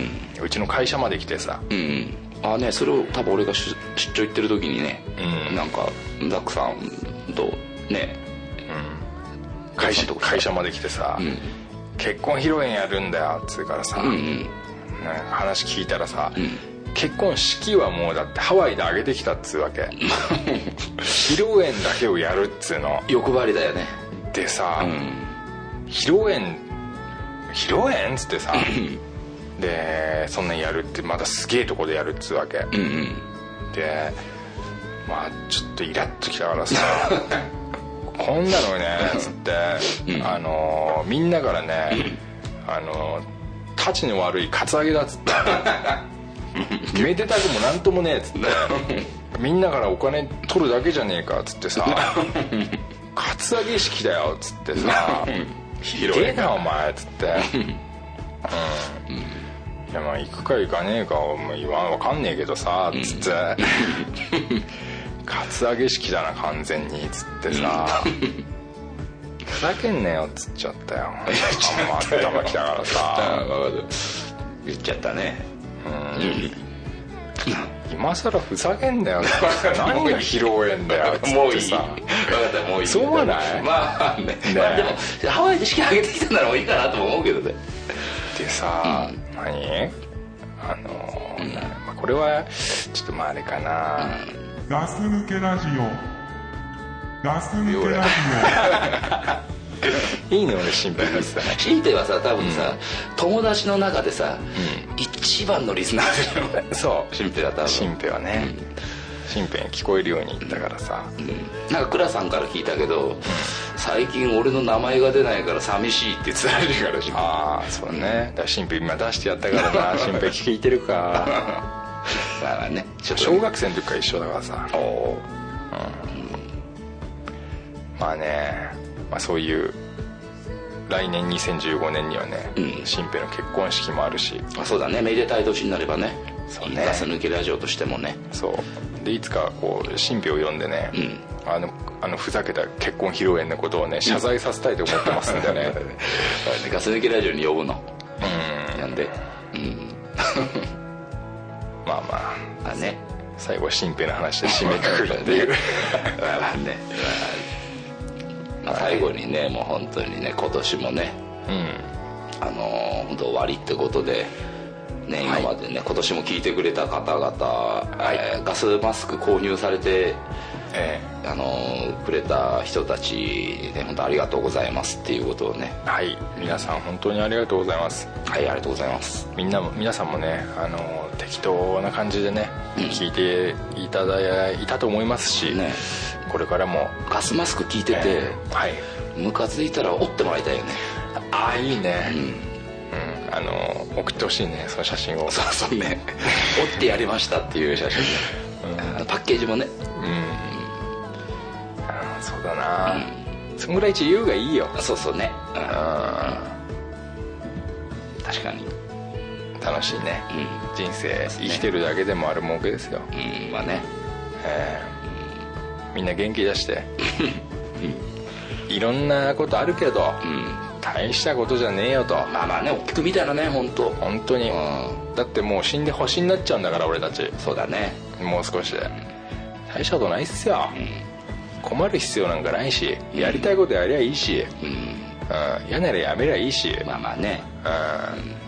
Speaker 3: うちの会社まで来てさ、
Speaker 4: うんうんああねそれを多分俺が出出張行ってる時にね
Speaker 3: うん
Speaker 4: なんかザックさんとね
Speaker 3: 会社
Speaker 4: どうした
Speaker 3: 会社まで来てさ、
Speaker 4: ん
Speaker 3: 結婚披露宴やるんだよっつうからさ、
Speaker 4: うんうん
Speaker 3: なんか話聞いたらさ、
Speaker 4: ん
Speaker 3: 結婚式はもうだってハワイで挙げてきたっつうわけ披露宴だけをやるっつうの
Speaker 4: 欲張りだよね
Speaker 3: でさ、
Speaker 4: うん
Speaker 3: 披露宴披露宴っつってさでそんなんやるってまたすげえとこでやるっつうわけ
Speaker 4: うんうん
Speaker 3: でまあちょっとイラッときたからさ こんなのねっつって、
Speaker 4: うん
Speaker 3: あのーみんなからね、あのーたちの悪いカツアゲだっつってめでたくもなんともねえっつってみんなからお金取るだけじゃねえかっつ ってさカツアゲ式だよっつって さ
Speaker 4: 広い
Speaker 3: でなお前っつってうん、いやまあ行くか行かねえかはもう言わんわかんねえけどさつって、カツアゲ式だな完全につって さ、ふざけんなよっつっちゃったよ頭きたから さ
Speaker 4: 言っちゃったね
Speaker 3: 今さらふざけんな よっつって何が披露宴だよっつってさ
Speaker 4: もういい分かったもういい
Speaker 3: そう思わない
Speaker 4: まあね
Speaker 3: え
Speaker 4: まあでもハワイで式挙げてきたならもういいかなとも思うけどね
Speaker 3: でさ、何あのーまあこれはちょっとまああれかな、
Speaker 1: ガス抜けラジオガス抜けラジ
Speaker 3: いいね俺心配かけ てたね
Speaker 4: ひいてはさ多分さ、友達の中でさ、一番のリスナーでしょ
Speaker 3: そう
Speaker 4: 新平は多
Speaker 3: 新
Speaker 4: 分、
Speaker 3: 平はね新平に聞こえるように言ったからさ
Speaker 4: うんなんか倉さんから聞いたけど、最近俺の名前が出ないから寂しいって伝えるからし
Speaker 3: ああそうねだから新平今出してやったからな新平聞いてるか
Speaker 4: だからね ちょっと
Speaker 3: 小学生の時から一緒だからさ
Speaker 4: おー
Speaker 3: まあね、まあ、そういう来年2015年にはね、
Speaker 4: うん
Speaker 3: 新平の結婚式もあるし
Speaker 4: まあそうだねめでたい年になればね
Speaker 3: そうね
Speaker 4: ガス抜けラジオとしてもね
Speaker 3: そうでいつかこう新兵を読んでね、
Speaker 4: うん
Speaker 3: あのあのふざけた結婚披露宴のことをね謝罪させたいと思ってますんで ね
Speaker 4: ガス抜けラジオに呼ぶの
Speaker 3: うん
Speaker 4: なんでうん
Speaker 3: まあまあ
Speaker 4: まあね
Speaker 3: 最後は新兵の話で締めくくるってい う
Speaker 4: まあまあねまあまあ最後にねもう本当にね今年もねあのー本当終わりってことでね、今までね、今年も聞いてくれた方々、えーガスマスク購入されて
Speaker 3: え
Speaker 4: あのーくれた人たちにね本当ありがとうございますっていうことをね
Speaker 3: えはい皆さん本当にありがとうございます
Speaker 4: はいありがとうございます
Speaker 3: みんなも皆さんもねあの適当な感じでね、聞いていただいたと思いますし、
Speaker 4: ね
Speaker 3: これからも
Speaker 4: ガスマスク聞いてて、
Speaker 3: ええはい
Speaker 4: ムカついたら折ってもらいたいよね
Speaker 3: ああいいねうん、あの送ってほしいねその写真を
Speaker 4: そうそうね折ってやりましたっていう写真ね、あのパッケージもね
Speaker 3: あそうだな、そんぐらい自由がいいよ
Speaker 4: そうそうね、うん、確かに
Speaker 3: 楽しいね、
Speaker 4: う
Speaker 3: 人生
Speaker 4: す
Speaker 3: 生
Speaker 4: ね
Speaker 3: きてるだけでもある儲けですよ、
Speaker 4: うんまあね
Speaker 3: ええみんな元気出して、いろんなことあるけど、
Speaker 4: うん
Speaker 3: 大したことじゃねえよと、
Speaker 4: まあまあね大きく見たらね本当
Speaker 3: 本当に、
Speaker 4: う
Speaker 3: だってもう死んで星になっちゃうんだから俺たち
Speaker 4: そうだね
Speaker 3: もう少しで大したことないっすよ、困る必要なんかないしやりたいことやりゃいいし、
Speaker 4: うん
Speaker 3: うん嫌ならやめりゃいいし、
Speaker 4: まあまあね
Speaker 3: うん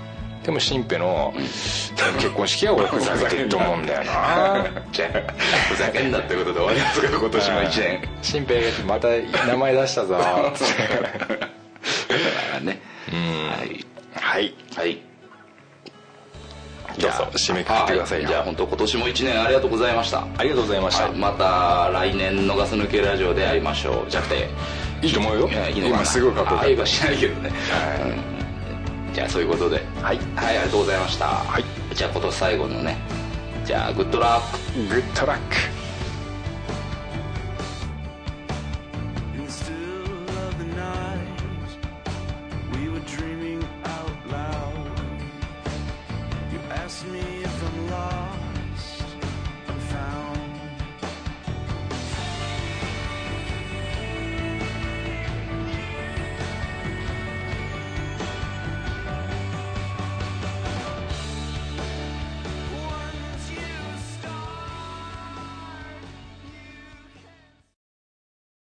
Speaker 3: でも新兵の結婚式は俺ふざけてると思うんだよ な
Speaker 4: じゃあふざけんなってことで終わりますけど今年の一年
Speaker 3: 新兵また名前出 したぞ
Speaker 4: まあねはい
Speaker 3: はい
Speaker 4: はい
Speaker 3: どうぞ締めくくってください
Speaker 4: は
Speaker 3: よ
Speaker 4: じゃあ本当今年も一年ありがとうございました
Speaker 3: ありがとうございました、
Speaker 4: はい、また来年のガス抜けラジオで会いましょうじゃなくて
Speaker 3: い、いと思うよ
Speaker 4: いやいいのかな
Speaker 3: 今すごいかっこ
Speaker 4: あ会
Speaker 3: い
Speaker 4: え
Speaker 3: い
Speaker 4: ばしないけどね、うんじゃあそういうことではい、はい、ありがとうございました、はい、じゃあ今年最後のねじゃあグッドラック
Speaker 3: グッドラック
Speaker 5: in the still of the night. We were dreaming out loud. You asked me if I'm lost.